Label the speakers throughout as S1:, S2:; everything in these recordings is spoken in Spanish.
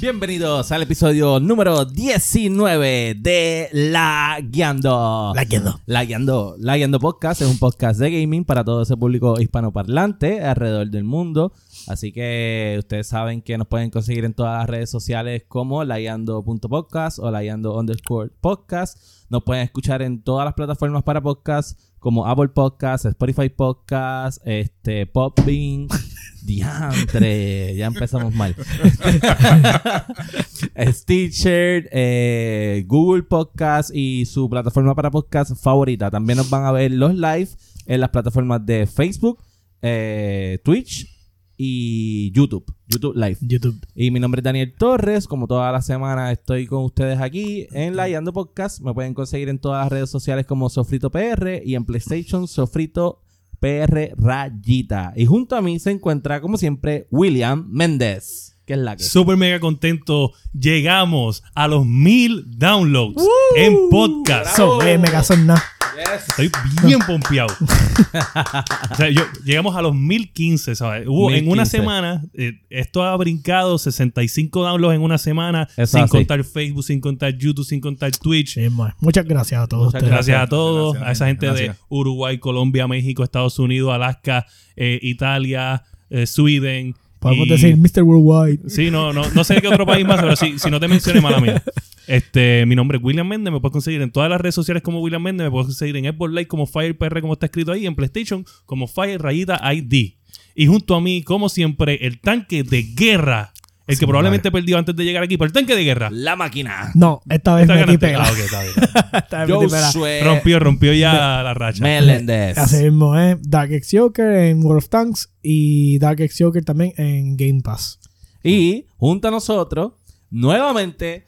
S1: Bienvenidos al episodio número 19 de La Guiando.
S2: La Guiando.
S1: La Guiando. La Guiando Podcast es un podcast de gaming para todo ese público hispanoparlante alrededor del mundo. Así que ustedes saben que nos pueden conseguir en todas las redes sociales como laguiando.podcast o laguiando underscore podcast. Nos pueden escuchar en todas las plataformas para podcast como Apple Podcast, Spotify Podcast, este, Popbean, Diantre, ya empezamos mal. Stitcher, eh, Google Podcast y su plataforma para podcast favorita. También nos van a ver los live en las plataformas de Facebook, eh, Twitch y YouTube. YouTube Live.
S2: YouTube.
S1: Y mi nombre es Daniel Torres. Como toda la semana estoy con ustedes aquí en la Yando Podcast. Me pueden conseguir en todas las redes sociales como Sofrito PR y en PlayStation Sofrito PR Rayita. Y junto a mí se encuentra, como siempre, William Méndez. Que es la que.
S3: Super mega contento. Llegamos a los mil downloads en podcast.
S1: Bravo.
S2: Son, eh, mega son nada.
S3: Estoy bien pompeado. O sea, yo- llegamos a los 1015, ¿sabes? Hubo en una
S1: 1015.
S3: semana, eh, esto ha brincado 65 downloads en una semana,
S1: Eso
S3: sin
S1: así.
S3: contar Facebook, sin contar YouTube, sin contar Twitch.
S2: Sí, ma. Muchas gracias a todos
S1: Muchas
S2: ustedes.
S3: Gracias a todos,
S4: Gracias,
S3: a esa gente
S4: gracias.
S3: de Uruguay, Colombia, México, Estados Unidos, Alaska, eh, Italia, eh, Sweden.
S2: Podemos
S3: y-
S2: decir Mr. Worldwide.
S3: Sí, no, no, no sé de qué otro país más, pero si, si no te mencioné, mala mía. Este, mi nombre es William Méndez, me puedes conseguir en todas las redes sociales como William Méndez, me puedes conseguir en Xbox Live como FirePR, como está escrito ahí, en PlayStation como Fire Rayita ID. Y junto a mí, como siempre, el tanque de guerra, el que probablemente perdió antes de llegar aquí, pero el tanque de guerra.
S1: La máquina.
S2: No, esta vez
S3: Está
S2: me metí pega.
S3: ganando. Ah, ok, está bien.
S2: Esta vez metí pega.
S1: Josué
S3: Rompió, rompió ya la racha.
S1: Meléndez.
S2: Así mismo, ¿eh? Dark Ex Joker en World of Tanks y Dark Ex Joker también en Game Pass.
S1: Y junto a nosotros, nuevamente,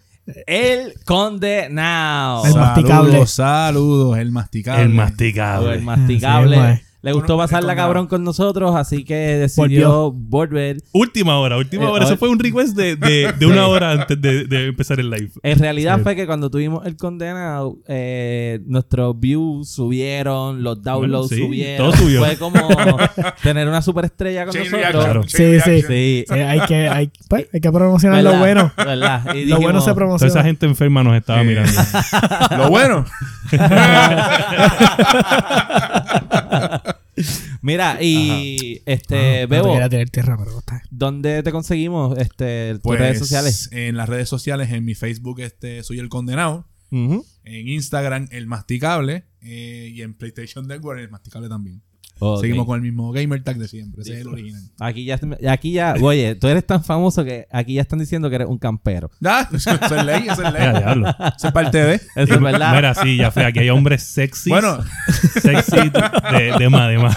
S1: el condenado.
S2: El masticable.
S4: Saludos, saludos, el masticable.
S3: El
S1: O el
S3: masticable.
S1: masticable.
S2: Sí, mae.
S1: Le gustó
S4: Bueno,
S1: pasarla
S4: el condenado.
S1: cabrón con nosotros, así que decidió volver.
S3: Última hora, última
S1: Eh,
S3: hora. Eso
S1: ahora-
S3: fue un request de, de- de una hora antes de, de empezar el live.
S1: En realidad
S3: Sí.
S1: fue que cuando tuvimos el condenado, eh, nuestros views subieron, los downloads
S3: Bueno, sí,
S1: subieron.
S3: todo subió.
S1: Fue como tener una superestrella con
S4: Chain
S1: nosotros.
S4: reaction,
S3: Sí,
S4: chain
S2: sí.
S4: reaction.
S1: Sí.
S2: Sí, hay que, hay, pues, hay que promocionar lo
S1: ¿Verdad?
S2: bueno.
S1: ¿Verdad? Y
S2: Lo bueno
S1: dijimos,
S2: se
S3: Toda esa
S2: promociona.
S3: gente enferma nos estaba
S4: Eh,
S3: mirando.
S4: Lo bueno.
S1: Mira, y
S3: Ah,
S1: este,
S2: No te
S1: Bebo,
S2: quería tener tierra, pero está.
S1: ¿dónde te conseguimos este, tus
S4: Pues,
S1: redes sociales?
S4: En las redes sociales, en mi Facebook, este, soy el condenado.
S1: Ujú.
S4: En Instagram, el masticable. eh, y en PlayStation Network, el masticable también.
S1: Ok.
S4: Seguimos con el mismo gamer tag de siempre. Ese es el original.
S1: Aquí ya, aquí ya, oye, tú eres tan famoso que aquí ya están diciendo que eres un campero.
S4: Ah, Eso es ley, eso es
S3: Ya,
S4: ley.
S3: diablo.
S4: Eso es parte de.
S1: Eso es verdad.
S3: Mira, sí, ya fue. Aquí hay hombres sexy.
S4: Bueno,
S3: Sexy de, de más, de más.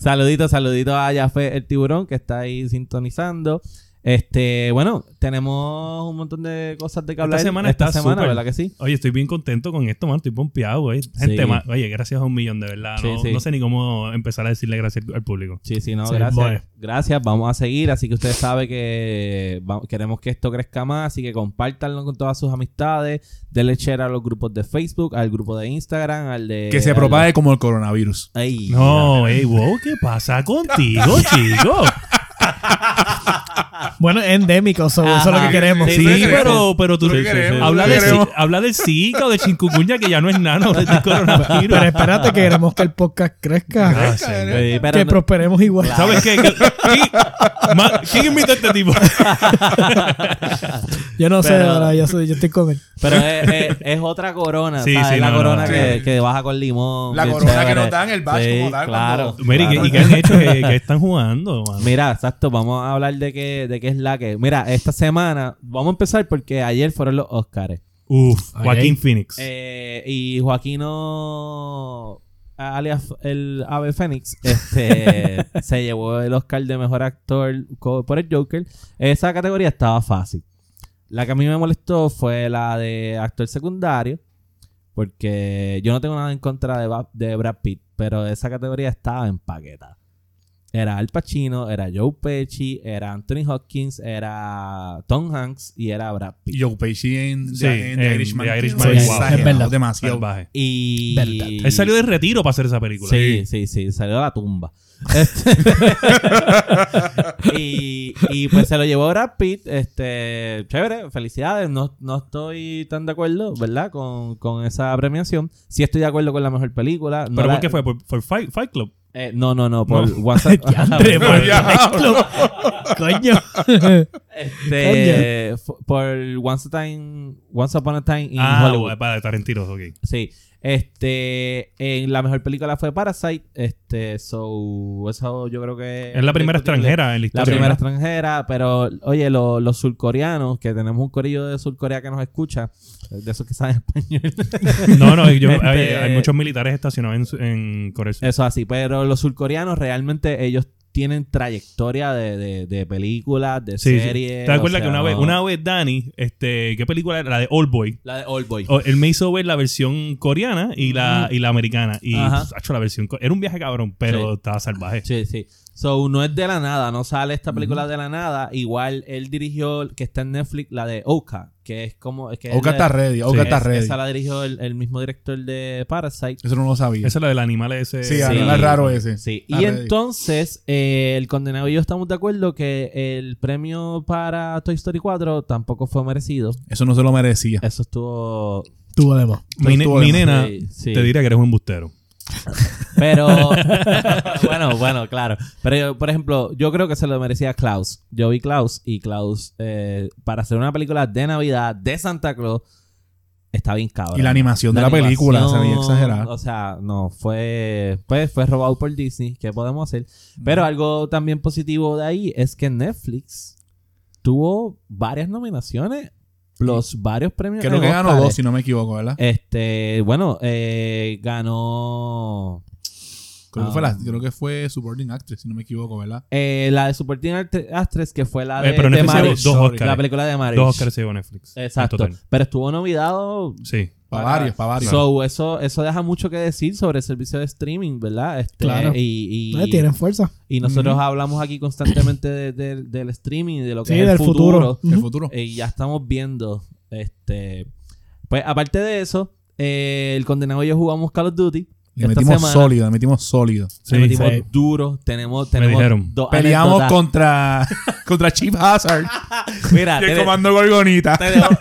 S1: Saluditos, saluditos a Jafé el tiburón que está ahí sintonizando. Este, bueno, tenemos un montón de cosas de que
S3: Esta
S1: hablar.
S3: semana
S1: esta
S3: está
S1: semana,
S3: súper.
S1: ¿verdad que sí?
S3: Oye, estoy bien contento con esto, mano. Estoy pompeado, güey. Gente,
S1: Sí.
S3: ma- oye, gracias a un millón, de verdad.
S1: Sí,
S3: no,
S1: sí.
S3: no sé ni cómo empezar a decirle gracias al público.
S1: Sí, sí, no,
S2: Sí,
S1: gracias.
S2: bueno.
S1: Gracias, vamos a seguir. Así que ustedes saben que va- queremos que esto crezca más. Así que compártanlo con todas sus amistades. Denle share a los grupos de Facebook, al grupo de Instagram, al de.
S4: que se
S1: al-
S4: propague como el coronavirus.
S1: Ay,
S3: No, ey, wow, ¿qué pasa contigo, chico?
S2: Bueno, endémico, so-
S1: Ajá.
S2: eso es lo que queremos.
S3: Sí,
S4: sí,
S3: pero, pero tú
S4: Lo que
S3: sí,
S4: queremos,
S3: sí, sí.
S4: lo
S3: habla,
S4: que
S3: de,
S4: queremos.
S3: si- habla del Zika o de chincucuña que ya no es nano, ahora es del coronavirus.
S2: Pero espérate, que queremos que el podcast crezca.
S3: Ah, señor.
S1: eh, pero
S2: que
S1: no-
S2: prosperemos igual.
S3: ¿Sabes qué? ¿Quién, ma- ¿Quién invita a este tipo?
S2: Yo no sé,
S1: Pero-
S2: ahora yo, soy- yo estoy con él.
S1: Pero es, es- es otra corona,
S3: Sí,
S1: ¿sabes?
S3: sí,
S1: la
S3: no, no,
S1: corona
S3: sí.
S1: que, que baja con limón.
S4: La
S1: bien
S4: corona
S1: chévere.
S4: que nos dan, el batch
S1: Sí,
S4: como tal,
S1: Claro.
S4: cuando-
S3: Mira, ¿y qué- ¿y qué han hecho? ¿Qué, qué están jugando, mano?
S1: Mira, exacto, vamos a hablar de qué, de qué es la que. Mira, esta semana, vamos a empezar porque ayer fueron los Oscars.
S3: Uf,
S2: Ok.
S3: Joaquín Phoenix.
S1: Eh, y Joaquino, alias el Ave Fénix, este, se llevó el Oscar de mejor actor co- por el Joker. Esa categoría estaba fácil. La que a mí me molestó fue la de actor secundario, porque yo no tengo nada en contra de, Ba- de Brad Pitt, pero esa categoría estaba empaquetada. Era Al Pacino, era Joe Pesci, era Anthony Hopkins, era Tom Hanks y era Brad Pitt.
S4: Y Joe Pesci en
S3: Sí,
S4: The- en The
S3: en
S4: Irishman.
S3: The
S4: tío,
S3: Irishman.
S2: Sí,
S4: exagerado,
S2: es verdad.
S4: Demasiado.
S3: Salvaje.
S1: Y...
S2: Verdad.
S3: Él salió de retiro para hacer esa película.
S1: Sí, sí, sí, salió a la tumba. Este- y, y, pues se lo llevó Brad Pitt, este, chévere, felicidades, no, no estoy tan de acuerdo, ¿verdad? Con, con esa premiación. Sí estoy de acuerdo con la mejor película. No
S3: ¿Pero
S1: la-
S3: por qué fue? ¿Por, por Fight, Fight Club?
S1: eh, no, no, no, por
S3: No.
S1: WhatsApp.
S2: Diantre,
S3: Pero
S2: por
S3: ya.
S2: Fight Club. Coño.
S1: Este, fu- por Once, a Time, Once Upon a Time in
S3: ah,
S1: Hollywood. Eh,
S3: bueno, para Tarantino, ok.
S1: Sí. Este, en la mejor película fue Parasite. Este, so, eso yo creo que.
S3: Es la primera extranjera en la
S1: La
S3: historia.
S1: primera
S3: ¿verdad?
S1: extranjera, pero oye, lo- los surcoreanos, que tenemos un corillo de Surcorea que nos escucha, de esos que saben español.
S3: No, no, yo-
S1: Este-
S3: hay, hay muchos militares estacionados en su- en, Corea del Sur.
S1: Eso así, pero los surcoreanos realmente ellos tienen trayectoria de, de- de películas, de
S3: Sí, sí.
S1: series.
S3: ¿Te
S1: o sea,
S3: acuerdas que una vez,
S1: no-
S3: una vez Dani, este, ¿qué película era? La de Old Boy.
S1: La de Old Boy.
S3: O- Él me hizo ver la versión coreana y la, y la americana. Y
S1: Ajá.
S3: pues, hacho, la versión co- era un viaje cabrón, pero
S1: Sí.
S3: estaba salvaje.
S1: Sí, sí. So, no es de la nada, no sale esta película de la nada. Igual él dirigió, que está en Netflix, la de Oka, que es como... es que es la-
S4: Oka está ready. Oka
S3: Sí,
S4: está
S1: es-
S4: ready.
S1: Esa la dirigió el, el mismo director de Parasite.
S4: Eso no lo sabía.
S3: Esa es la del animal ese.
S4: Sí,
S1: sí.
S4: animal raro ese.
S1: Sí.
S4: Está
S1: Y
S4: ready.
S1: entonces, eh, el condenado y yo estamos de acuerdo que el premio para Toy Story 4 tampoco fue merecido.
S4: Eso no se lo merecía.
S1: Eso estuvo...
S2: Tuvo demo.
S3: Mi, ne-
S4: Estuvo
S3: mi
S4: de más.
S3: nena
S1: Sí, sí.
S3: te diría que eres un embustero.
S1: Pero, bueno, bueno, claro. Pero, yo, por ejemplo, yo creo que se lo merecía Klaus. Yo vi Klaus y Klaus, eh, para hacer una película de Navidad de Santa Claus, está bien cabrón.
S4: Y la animación de la
S1: animación,
S4: película se veía exagerada.
S1: O sea, no, fue, pues, fue robado por Disney. ¿Qué podemos hacer? Pero algo también positivo de ahí es que Netflix tuvo varias nominaciones, los varios premios.
S4: Creo
S1: en
S4: que ganó
S1: Óscares.
S4: dos, si no me equivoco, ¿verdad?
S1: Este, bueno, eh, ganó
S4: Creo, que fue
S1: ah.
S4: la, creo que fue Supporting Actress, si no me equivoco, ¿verdad?
S1: eh, la de Super Teen Art- Astres, que fue la de,
S3: Eh, pero
S1: de
S3: Netflix llevó
S1: Marriage,
S3: dos Oscars.
S1: la película de Marriage.
S3: Dos Oscars se llevó Netflix.
S4: Ah,
S3: en
S1: Exacto.
S3: total.
S1: Pero estuvo nominado.
S3: Sí.
S4: Para
S1: Para-
S4: varios, para varios.
S1: So, eso, eso deja mucho que decir sobre el servicio de streaming, ¿verdad? Este,
S2: Claro.
S1: Y, y-
S2: Eh, tienen fuerza.
S1: y nosotros
S4: Ujú.
S1: hablamos aquí constantemente de- de- del streaming y de lo que
S2: Sí,
S1: es el
S2: del futuro.
S4: el
S2: Ujú.
S4: futuro.
S1: Eh, Y ya estamos viendo. Este. Pues aparte de eso, eh, el condenado y yo jugamos Call of Duty.
S4: le
S1: esta
S4: metimos
S1: semana-
S4: sólido, le metimos sólido.
S3: Sí,
S1: le metimos
S3: sí.
S1: duro. Tenemos, tenemos
S3: dijeron.
S1: dos
S4: Peleamos
S1: anécdotas.
S4: contra, contra Chip Hazard
S1: Mira,
S4: y el
S1: tenemos-
S4: comando Gorgonita.
S1: Te dejo-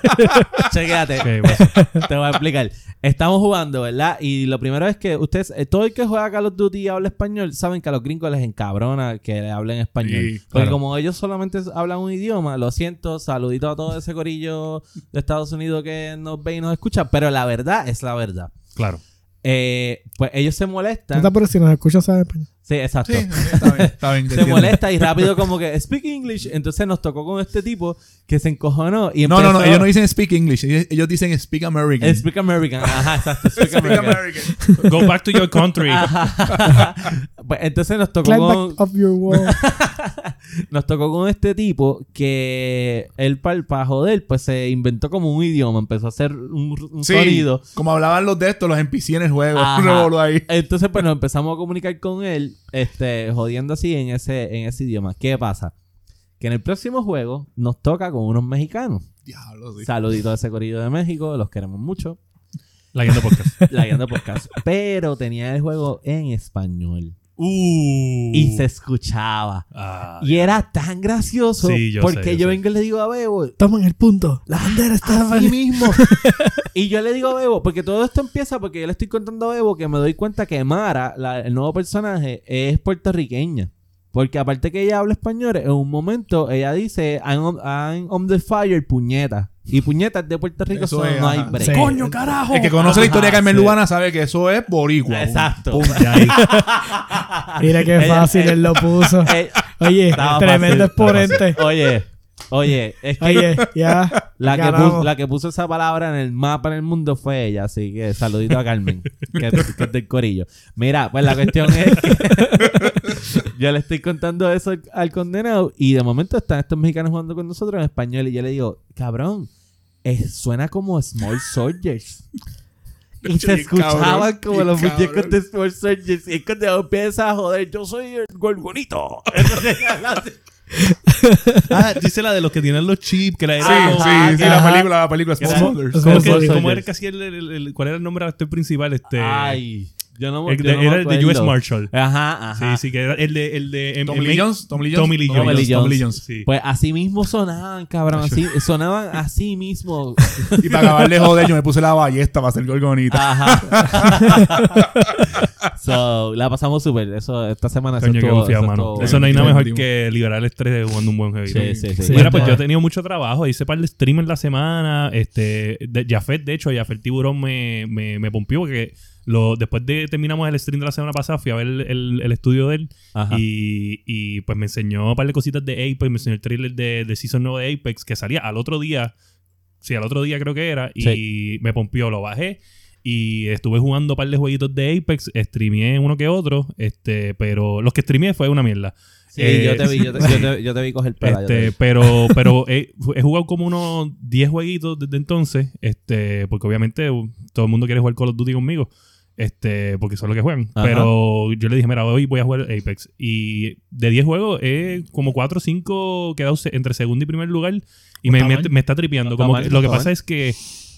S1: Chequéate,
S3: Ok, pues,
S1: te voy a explicar. Estamos jugando, ¿verdad? Y lo primero es que ustedes, eh, todo el que juega Call of Duty y habla español, saben que a los gringos les encabrona que le hablen español.
S4: Sí,
S1: Porque
S4: claro.
S1: como ellos solamente hablan un idioma, lo siento, saludito a todo ese corillo de Estados Unidos que nos ve y nos escucha, pero la verdad es la verdad.
S3: claro.
S1: Eh, pues ellos se
S2: No
S1: molestan.
S2: está por si nos escuchas sabe español.
S1: Sí, exacto.
S4: Sí, está bien, está bien. te
S1: Se
S4: entiendo.
S1: molesta y rápido como que speak English. Entonces nos tocó con este tipo que se encojonó y
S4: No, no, no,
S1: empezó-
S4: ellos no dicen speak English, ellos ellos dicen speak American.
S1: Speak American. Ajá, exacto. Speak
S4: Speak
S1: American.
S4: American.
S3: Go back to your country.
S1: Ah. Ajá. Pues entonces nos tocó,
S2: Climb
S1: con,
S2: back of your wall.
S1: nos tocó con este tipo que él para joder pues se inventó como un idioma, empezó a hacer un, un
S4: Sí,
S1: sonido.
S4: como hablaban los de estos, los NPC en el juego,
S1: Ajá.
S4: un revolú ahí.
S1: Entonces pues nos empezamos a comunicar con él, este, jodiendo así en ese, en ese idioma. ¿Qué pasa? Que en el próximo juego nos toca con unos mexicanos.
S4: Diablo, sí.
S1: Saluditos a ese corillo de México, los queremos mucho.
S3: La guiando podcast.
S1: La guiando podcast. Pero tenía el juego en español.
S3: Uh.
S1: Y se escuchaba.
S3: Ah,
S1: Y era tan gracioso
S3: Sí, yo
S1: porque
S3: sé, yo
S1: yo
S3: sé.
S1: vengo y le digo a Bebo,
S2: Toman el punto. La bandera está
S1: así mismo. y yo le digo a Bebo, porque todo esto empieza porque yo le estoy contando a Bebo que me doy cuenta que Mara, la- el nuevo personaje, es puertorriqueña. Porque aparte que ella habla español, en un momento ella dice, I'm on, I'm on the fire, puñeta. Y puñeta es de Puerto Rico,
S4: Eso
S1: so
S4: es,
S1: no hay
S4: ajá.
S1: break.
S2: Sí.
S3: ¡Coño, carajo!
S4: El que conoce la historia
S1: Ajá,
S4: de Carmen
S1: sí.
S4: Lubana sabe que eso es boricua.
S1: Exacto.
S4: Pum,
S3: Ya ahí.
S2: Mira qué
S1: Ella-
S2: fácil él lo puso.
S1: Eh,
S2: Oye,
S1: estaba
S2: tremendo
S1: fácil, estaba
S2: exponente.
S1: oye, oye, es que
S2: Oye, ya.
S1: La que,
S2: ganamos.
S1: puso, la que puso esa palabra en el mapa en el mundo fue ella, así que saludito a Carmen, que, que es del corillo. Mira, pues la cuestión es que yo le estoy contando eso al- al condenado y de momento están estos mexicanos jugando con nosotros en español y yo le digo, cabrón, eh, suena como Small Soldiers. Y se escuchaban como los muñecos de
S4: de...
S1: Sports Surgeons. Y es cuando empieza a joder, yo soy el gorgonito. Entonces,
S3: Ah, dice la de los que tienen los chips, que la
S4: Sí,
S3: era como-
S1: Ajá,
S4: sí, sí,
S1: ajá.
S4: la película, la película
S3: Era-
S4: Small
S2: Small
S3: ¿Cómo,
S4: Soldiers.
S1: Small
S3: que- cómo
S1: Soldiers.
S3: era casi el, el- el- cuál era el nombre del actor principal? Este,
S1: Ay, yo no, me-
S3: el
S1: yo
S3: de-
S1: no me
S3: era el de
S1: acuerdo.
S3: U.S. Marshall.
S1: Ajá, ajá.
S3: Sí, sí, que era el de... El de en-
S4: Tom
S3: en-
S4: Lee Jones, Tom Lee Jones.
S3: Tommy Lee
S1: Tommy
S3: Jones.
S1: Lee
S3: Tommy Lee
S1: Jones.
S3: Jones, sí.
S1: Pues así mismo sonaban, cabrón. Así, sonaban así mismo.
S4: Y para acabarle joder, yo me puse la ballesta para hacer
S3: Ah,
S4: gorgonita.
S1: Ajá. so, la pasamos súper. Eso, esta semana eso
S3: Coño, qué
S1: estuvo-
S3: confiado,
S1: eso
S3: mano.
S1: estuvo-
S3: Eso no hay nada mejor
S4: Entendimos.
S3: que liberar el estrés de jugando un buen juego.
S1: Sí, sí, sí.
S2: Sí.
S3: Mira,
S2: Bueno,
S3: pues yo he
S2: Ajá.
S3: tenido mucho trabajo, hice par de stream en la semana. Este, de, Jafet, de hecho, Jafet Tiburón me, me, me pompió porque lo, después de terminamos el stream de la semana pasada, fui a ver el, el- el estudio de él
S1: Ajá.
S3: y, y, pues me enseñó un par de cositas de Apex, me enseñó el trailer de, de Season 9 de Apex que salía al otro día. Sí, al otro día creo que era. Y me pompió, lo bajé. Y estuve jugando un par de jueguitos de Apex, streameé uno que otro, este, pero los que streameé fue una mierda.
S1: Sí,
S3: Eh,
S1: yo te vi, yo te, yo te- yo te vi coger pela. yo te
S3: Este,
S1: vi.
S3: pero pero he, he jugado como unos 10 jueguitos desde entonces, este, porque obviamente uh, todo el mundo quiere jugar Call of Duty conmigo, este, porque son los que juegan.
S1: Ajá.
S3: Pero yo le dije, mira, hoy voy a jugar Apex. Y de 10 juegos, eh, como 4 o 5 quedado se- entre segundo y primer lugar. Y me,
S2: está
S3: me-
S2: mal.
S3: me está tripeando.
S1: No está
S3: como
S1: Pues mal,
S3: que-
S1: no
S3: lo que
S1: está
S3: pasa
S1: mal.
S3: es que,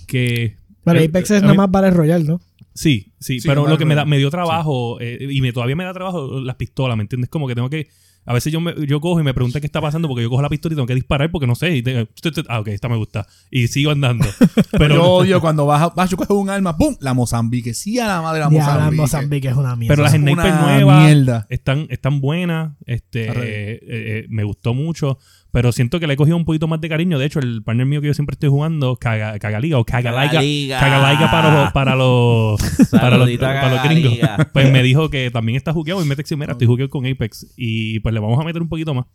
S3: que
S2: Pero
S3: Eh,
S2: Apex
S3: eh, a
S2: es nada
S3: mí-
S2: más Battle Royale, ¿no?
S3: Sí, sí,
S4: Sí,
S3: pero lo que me, da,
S4: Battle
S3: me dio trabajo eh, y me, todavía me da trabajo las pistolas, ¿me entiendes? Como que tengo que... A veces yo, me- yo cojo y me pregunta qué está pasando porque yo cojo la pistola y tengo que disparar porque no sé. y te- ah, ok, esta me gusta. Y sigo andando. Pero,
S4: yo odio cuando vas a, vas a coger un arma, ¡pum! La Mozambique. Sí, a la madre la
S2: Ya, la
S4: Mozambique.
S2: Mozambique es una mierda.
S3: pero las
S4: Una
S3: snipers nuevas
S4: mierda.
S3: están, están buenas. Este,
S4: Arre.
S3: eh, eh, me gustó mucho. Pero siento que le he cogido un poquito más de cariño. De hecho, el partner mío que yo siempre estoy jugando, Caga- Cagaliga o Cagaliga.
S1: Cagaliga.
S3: Cagaliga para los, para los, para los,
S1: Saludito a
S3: para los gringos.
S1: Cagaliga.
S3: Pues me dijo que también está jugueado y me texté, mira, estoy jugueado con Apex. Y pues le vamos a meter un poquito más.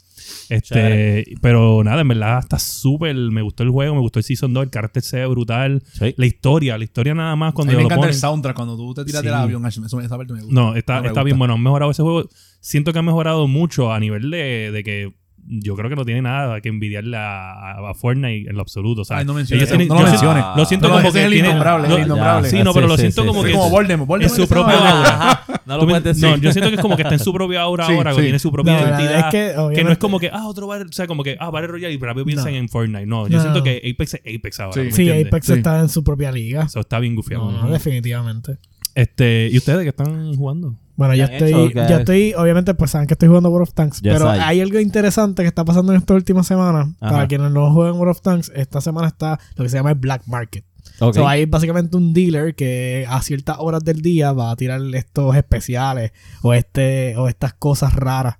S3: Este,
S1: Chévere.
S3: pero nada, en verdad está súper. Me gustó el juego, me gustó el Season 2, el carácter se ve brutal.
S1: Sí.
S3: La historia, la historia nada más
S4: A
S3: cuando
S4: mí me
S3: lo
S4: encanta el
S3: ponen.
S4: soundtrack cuando tú te tiras del
S3: Sí.
S4: avión. Ash, Eso, esa parte me gusta.
S3: No, está,
S4: No me
S3: está
S4: gusta.
S3: bien bueno. Han mejorado ese juego. Siento que han mejorado mucho a nivel de, de que yo creo que no tiene nada que envidiarle a, a Fortnite en lo absoluto. ¿sabes?
S4: Ay, no menciones
S3: Ellos
S4: eso,
S3: tienen-
S4: no lo
S3: yo si-
S4: menciones.
S3: Lo siento
S4: No,
S3: como
S4: ese
S3: que
S4: es el
S3: tiene-
S4: innombrable,
S3: lo-
S4: el innombrable.
S3: Sí, no, pero lo siento como
S4: Es
S3: que-
S4: como Voldemort. Voldemort
S3: es su
S4: esa
S3: propio
S4: madre.
S3: aura.
S1: Ajá, No
S3: Ah. Tú
S1: lo
S3: me-
S1: puedes decir.
S3: No, yo siento que es como que está en su propia aura
S4: Sí,
S3: ahora, que
S4: sí.
S3: tiene su propia
S2: No, la verdad
S3: identidad.
S2: es que,
S3: que no es
S2: obviamente-
S3: como que, ah, otro bar, o sea, como que, ah, Battle Royale y rápido piensan
S2: No.
S3: en Fortnite. No, yo
S2: No.
S3: siento que Apex es Apex ahora.
S4: Sí.
S3: ¿me
S2: Sí,
S3: entiendes?
S2: Apex
S4: Sí.
S2: está en su propia liga.
S3: Eso está bien gufiado.
S2: No, no, definitivamente.
S3: Este, ¿y ustedes que están jugando?
S2: Bueno, yo
S1: han hecho?
S2: estoy,
S1: ¿Qué?
S2: yo estoy, obviamente, pues saben que estoy jugando World of Tanks,
S1: Yes,
S2: pero
S1: I.
S2: hay algo interesante que está pasando en esta última semana.
S1: Ajá.
S2: Para quienes no juegan World of Tanks, esta semana está lo que se llama el Black Market.
S1: Ok.
S2: So, hay básicamente un dealer que a ciertas horas del día va a tirar estos especiales o, este, o estas cosas raras.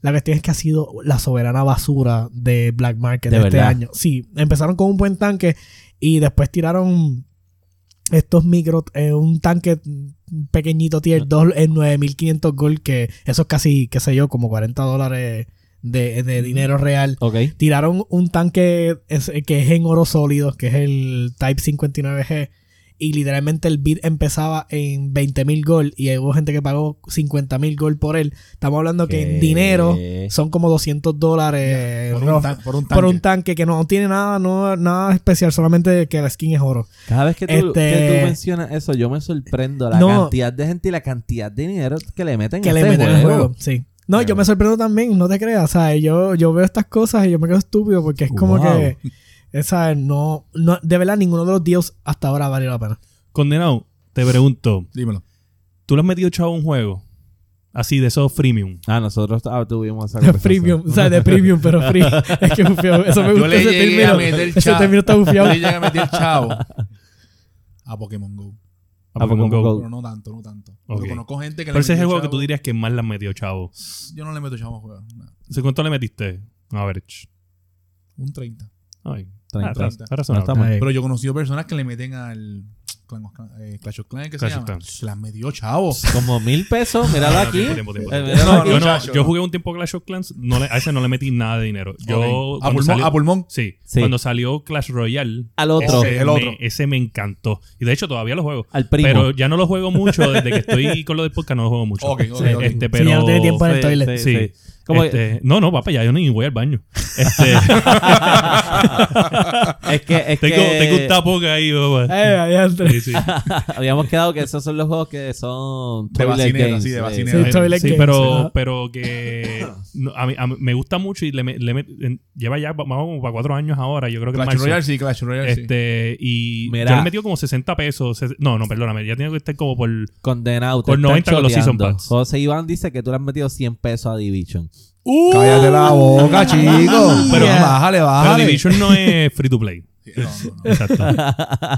S2: La cuestión es que ha sido la soberana basura de Black Market
S1: De
S2: de este
S1: verdad.
S2: año. Sí, empezaron con un buen tanque y después tiraron estos micro, eh, un tanque pequeñito tier 2 en 9500 gold, que eso es casi, qué sé yo, como 40 dólares de, de
S1: Mm.
S2: dinero real.
S1: Ok.
S2: Tiraron un tanque es- que es en oro sólido, que es el Type 59G. Y literalmente el bid empezaba en 20.000 gold y hubo gente que pagó 50.000 gold por él. Estamos hablando que en
S1: ¿Qué?
S2: dinero son como 200 dólares
S4: Por
S2: rough,
S4: un tan- Por un
S2: por un
S4: tanque.
S2: tanque que no tiene nada, no, nada especial, solamente que la skin es oro.
S1: Cada vez que tú,
S2: Este-
S1: que tú mencionas eso, yo me sorprendo la
S2: No.
S1: cantidad de gente y la cantidad de dinero que le meten
S2: que
S1: a
S2: le
S1: este
S2: meten al
S1: juego.
S2: juego. Sí. No, yo me sorprendo también, no te creas. ¿sabes? Yo, yo veo estas cosas y yo me quedo estúpido porque es como
S1: Wow.
S2: que. eh, ¿sabes? No, no, de verdad, ninguno de los dios hasta ahora valió la pena.
S3: Condenado, te pregunto,
S4: Dímelo.
S3: ¿tú le has metido chavo a un juego? Así, de esos freemium.
S1: Ah, nosotros ah, tuvimos esa
S2: De
S1: conversación.
S2: premium, o sea, de premium, pero free. Es que bufiado. Eso me
S4: Yo
S2: gusta
S4: le
S2: ese
S4: llegué
S2: término.
S4: a meter
S2: Ese
S4: chavo.
S2: término está
S4: Yo
S2: bufiado.
S4: le llegué a meter chavo a Pokémon Go.
S3: a
S1: Ah,
S3: Pokémon
S1: Pokémon
S3: Go.
S1: Go.
S4: Pero no tanto, no tanto.
S3: Ok.
S4: Yo conozco gente que
S3: Pero
S4: le
S3: ese es el
S4: metió
S3: juego que tú
S4: chavo.
S3: dirías que más le has metido chavo.
S4: Yo no le meto chavo a juegos. no.
S3: ¿Sí, ¿Cuánto le metiste? A ver. ch-
S4: Un 30.
S3: Ay,
S1: Treinta.
S3: ah, raz-
S4: Treinta.
S1: No
S3: razonable.
S1: está mal.
S2: Ahí.
S4: Pero yo he conocido personas que le meten al Clan of Clan- eh, Clash of Clans, que
S3: Clash
S4: se
S3: of
S4: llama.
S3: Clans.
S4: Las metió chavo.
S1: Como mil pesos, míralo aquí.
S3: Tiempo, tiempo, tiempo,
S1: Eh,
S3: tiempo.
S1: míralo
S4: No,
S1: aquí.
S3: Yo, no-
S4: muchacho.
S3: yo jugué un tiempo Clash of Clans, no le- a ese no le metí nada de dinero. Yo
S4: Ok. a,
S3: cuando
S4: pulmón,
S3: salió-
S4: a pulmón.
S3: sí,
S1: Sí.
S3: cuando salió Clash Royale,
S1: Al otro,
S3: Este,
S4: Ese. el otro.
S3: Me, ese me encantó. Y de hecho todavía lo juego.
S1: al primo.
S3: Pero ya no lo juego mucho, desde que estoy con lo del podcast no lo juego mucho.
S4: Ok, ok, ok.
S3: Este, pero
S2: Sí, ya no tiene tiempo. para el
S1: Sí,
S2: toilet.
S1: sí,
S3: Sí.
S1: sí. Como
S3: Este, no, no, papá, ya yo ni voy al baño. Este,
S1: es que, es
S3: tengo,
S1: que
S3: tengo un tapoca ahí, papá.
S2: Eh, adiantre.
S3: Sí, sí.
S1: habíamos quedado que esos son los juegos que son
S4: De
S1: toilet
S4: bacinera,
S1: games,
S4: sí, de
S1: eh,
S4: bacinera.
S2: Sí, Toilet
S3: sí,
S2: Games,
S3: pero,
S2: ajá.
S3: pero que no, a mí, a mí me gusta mucho y le, me- le me- en- lleva ya vamos como para cuatro años ahora. Yo creo que en
S4: Clash
S3: marzo.
S4: Royale sí, Clash Royale sí.
S3: Este, y
S1: Mira.
S3: yo le he metido como 60 pesos. ses- No, no, perdóname. Ya tengo que estar como por.
S1: Ah, Condenado. te
S3: Por
S1: están
S3: 90 con los
S1: choteando.
S3: season packs.
S1: José Iván dice que tú le has metido 100 pesos a Division.
S4: Cállate la boca, chico.
S3: Pero-
S4: bájale,
S3: Pero
S4: bájale.
S3: Division no es free to play.
S4: Sí, no, no, no.
S3: Exacto.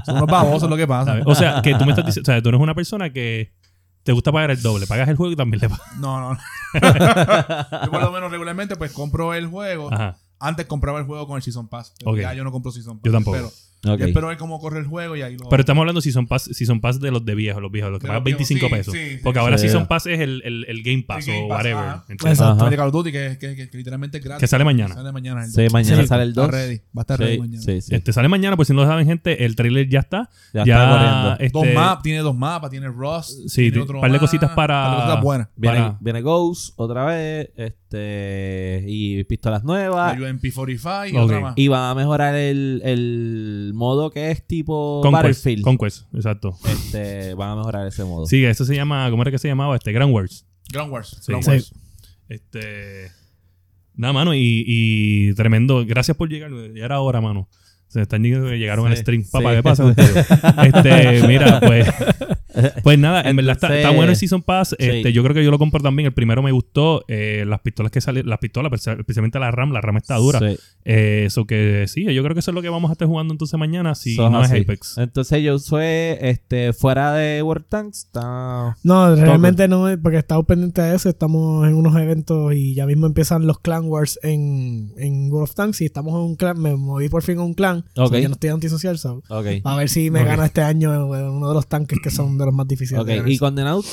S4: Son unos babosos lo que pasa.
S3: ¿sabes? O sea, que tú me estás diciendo. O sea, tú eres una persona que te gusta pagar el doble. Pagas el juego y también le pagas.
S4: No, no, no. Yo por lo menos regularmente pues compro el juego.
S3: Ajá.
S4: Antes compraba el juego con el Season Pass.
S3: Ok.
S4: Ya yo no compro Season Pass.
S3: Yo tampoco.
S4: Pero
S1: Ok.
S4: yo espero ver cómo corre el juego y ahí lo...
S3: Pero estamos hablando si son pass, si son pass de los de viejos, los viejos, los que
S4: De
S3: pagan
S4: los viejos,
S3: 25
S4: sí,
S3: pesos.
S4: sí, sí.
S3: Porque ahora
S1: Sí.
S3: si son pass es el, el, el Game Pass
S4: El Game
S3: o
S4: Pass,
S3: whatever.
S4: ajá.
S3: ¿entiendes?
S2: Exacto.
S4: También
S1: Ajá.
S4: de Call of Duty que, que, que- que literalmente es gratis.
S3: Que sale mañana.
S4: Sale mañana. el-
S1: Sí, mañana
S2: Sí.
S1: sale el
S4: Está
S1: 2.
S4: ready. Va a estar ready mañana.
S1: Sí, sí, sí.
S3: Este, sale mañana, pues si no lo saben, gente, el trailer ya está.
S1: Ya
S3: Ya,
S1: está corriendo.
S3: este,
S4: Dos maps, tiene dos mapas, tiene Rust.
S3: Sí,
S4: tiene
S3: tiene un par de
S4: más,
S3: cositas para-
S4: par de cositas buenas.
S1: Viene,
S3: para-
S1: viene Ghost otra vez. Este. Y pistolas nuevas.
S4: La UMP45 y
S3: Ok.
S4: otra más.
S1: Ah. Y van a mejorar el, el modo que es tipo
S3: Conquest,
S1: Battlefield.
S3: Conquest, exacto.
S1: Este, van a mejorar ese modo.
S3: Sí, eso se llama, ¿cómo era que se llamaba? Este, Grand Wars.
S4: Ground Wars.
S3: Sí.
S4: Ground
S2: Sí.
S4: Wars.
S3: Este. Nada, mano, y, y tremendo. Gracias por llegar. Ya era hora, mano. Se están llegando que llegaron al
S1: Sí,
S3: stream. Papá,
S1: sí.
S3: ¿qué pasa contigo? este, mira, pues. Pues nada, en verdad está,
S1: Entonces-
S3: está bueno el Season Pass. Este,
S1: Sí.
S3: yo creo que yo lo compro también. El primero me gustó. eh, las pistolas que salen, las pistolas, espe- especialmente la RAM, la RAM está dura.
S1: Sí.
S3: Eh, Eso que sí, yo creo que eso es lo que vamos a estar jugando entonces mañana si
S1: Son
S3: no
S1: así.
S3: es Apex.
S1: Entonces yo usé este fuera de World Tanks está
S2: No, realmente no, porque estamos pendientes de eso. Estamos en unos eventos y ya mismo empiezan los clan wars en, en World of Tanks. Y estamos en un clan, me moví por fin a un clan.
S1: Ok.
S2: O sea, yo no estoy antisocial, ¿sabes?
S1: Ok.
S2: A ver si me
S3: Ok.
S2: gana este año en uno de los tanques que son de los más difíciles.
S1: Ok,
S2: de ganar.
S1: y Condenado.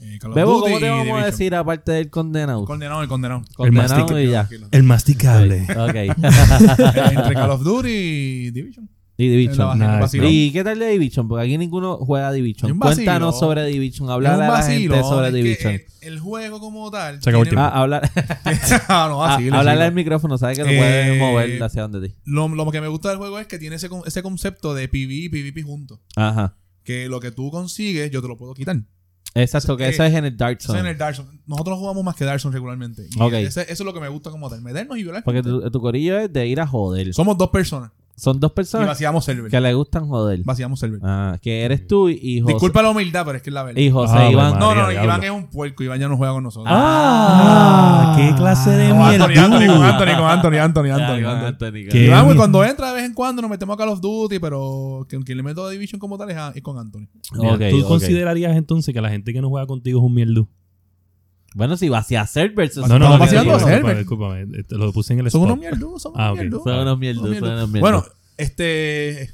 S4: Eh, Call of
S1: Bebo,
S4: Duty
S1: ¿cómo te
S4: y
S1: vamos a
S4: Division.
S1: decir aparte del Condenado?
S4: Condenado y condenado.
S1: Condenado
S3: mastic-
S1: y ya.
S4: Tranquilo.
S3: El masticable.
S1: Ok.
S4: Eh, Entre Call of Duty y Division.
S1: y
S4: En la
S1: Division.
S4: base-
S3: Nice,
S4: vacilón.
S1: ¿Y qué tal de Division? Porque aquí ninguno juega a
S4: Es
S1: Division.
S4: un vacilón.
S1: Cuéntanos sobre Division. Hablar
S4: Es
S1: a
S4: un
S1: la
S4: vacilón,
S1: gente sobre
S4: es que eh,
S1: Division.
S4: el- El juego como tal.
S3: Se acabó el
S4: tiene-
S3: tiempo.
S1: Ah, hablar,
S4: Ah, no,
S1: ah,
S4: vacilo,
S1: hablarle
S4: vacilo.
S1: al micrófono, sabes que lo
S4: Eh,
S1: puedes mover hacia donde ti.
S4: Lo, lo que me gusta del juego es que tiene ese, con- ese concepto de PvE y PvP juntos.
S1: Ajá.
S4: Que lo que tú consigues, yo te lo puedo quitar.
S1: Exacto, que
S4: eh,
S1: eso es en el Dark
S4: Eso es en
S1: Zone.
S4: el Dark Souls. Nosotros jugamos más que Dark Souls regularmente. Y
S1: Ok.
S4: ese- eso es lo que me gusta como tal. Meternos y violar.
S1: Porque tu, tu corillo es de ir a joder.
S4: Somos dos personas.
S1: Son dos
S4: Y
S1: personas
S4: vaciamos server.
S1: que le gustan joder.
S4: Vaciamos server.
S1: Ah, que eres tú y José.
S4: Disculpa la humildad, pero es que es la verdad.
S1: Y José
S3: Ah,
S1: Iván.
S3: bueno,
S4: No, no,
S3: María,
S4: no,
S3: diablo.
S4: Iván es un puerco. Iván ya no juega con nosotros.
S3: Ah,
S2: Ah.
S3: qué clase de
S4: Con
S3: mierda.
S4: Anthony, Anthony, con Anthony, con Anthony, Anthony,
S1: Ya,
S4: Anthony.
S1: Iván
S4: Anthony.
S1: Anthony,
S3: ¿Qué?
S1: cabrón.
S4: Iván, pues, cuando entra de vez en cuando nos metemos a Call of Duty, pero que quien le meto a Division como tal es, a- es con Anthony.
S3: Mira,
S1: Ok,
S3: ¿Tú
S1: ok.
S3: considerarías entonces que la gente que no juega contigo es un Ah, mierdu?
S1: Bueno, si vacía servers,
S4: No, no,
S3: mira,
S4: vaciando
S3: disculpa,
S4: a server.
S3: Discúlpame, discúlpame, te lo puse en el
S4: Son
S3: spot.
S4: unos mierdos, son unos
S3: Ah, ok.
S4: mierdos.
S1: Son unos mierdos,
S4: Unos
S1: son unos mierdos.
S4: Bueno, este.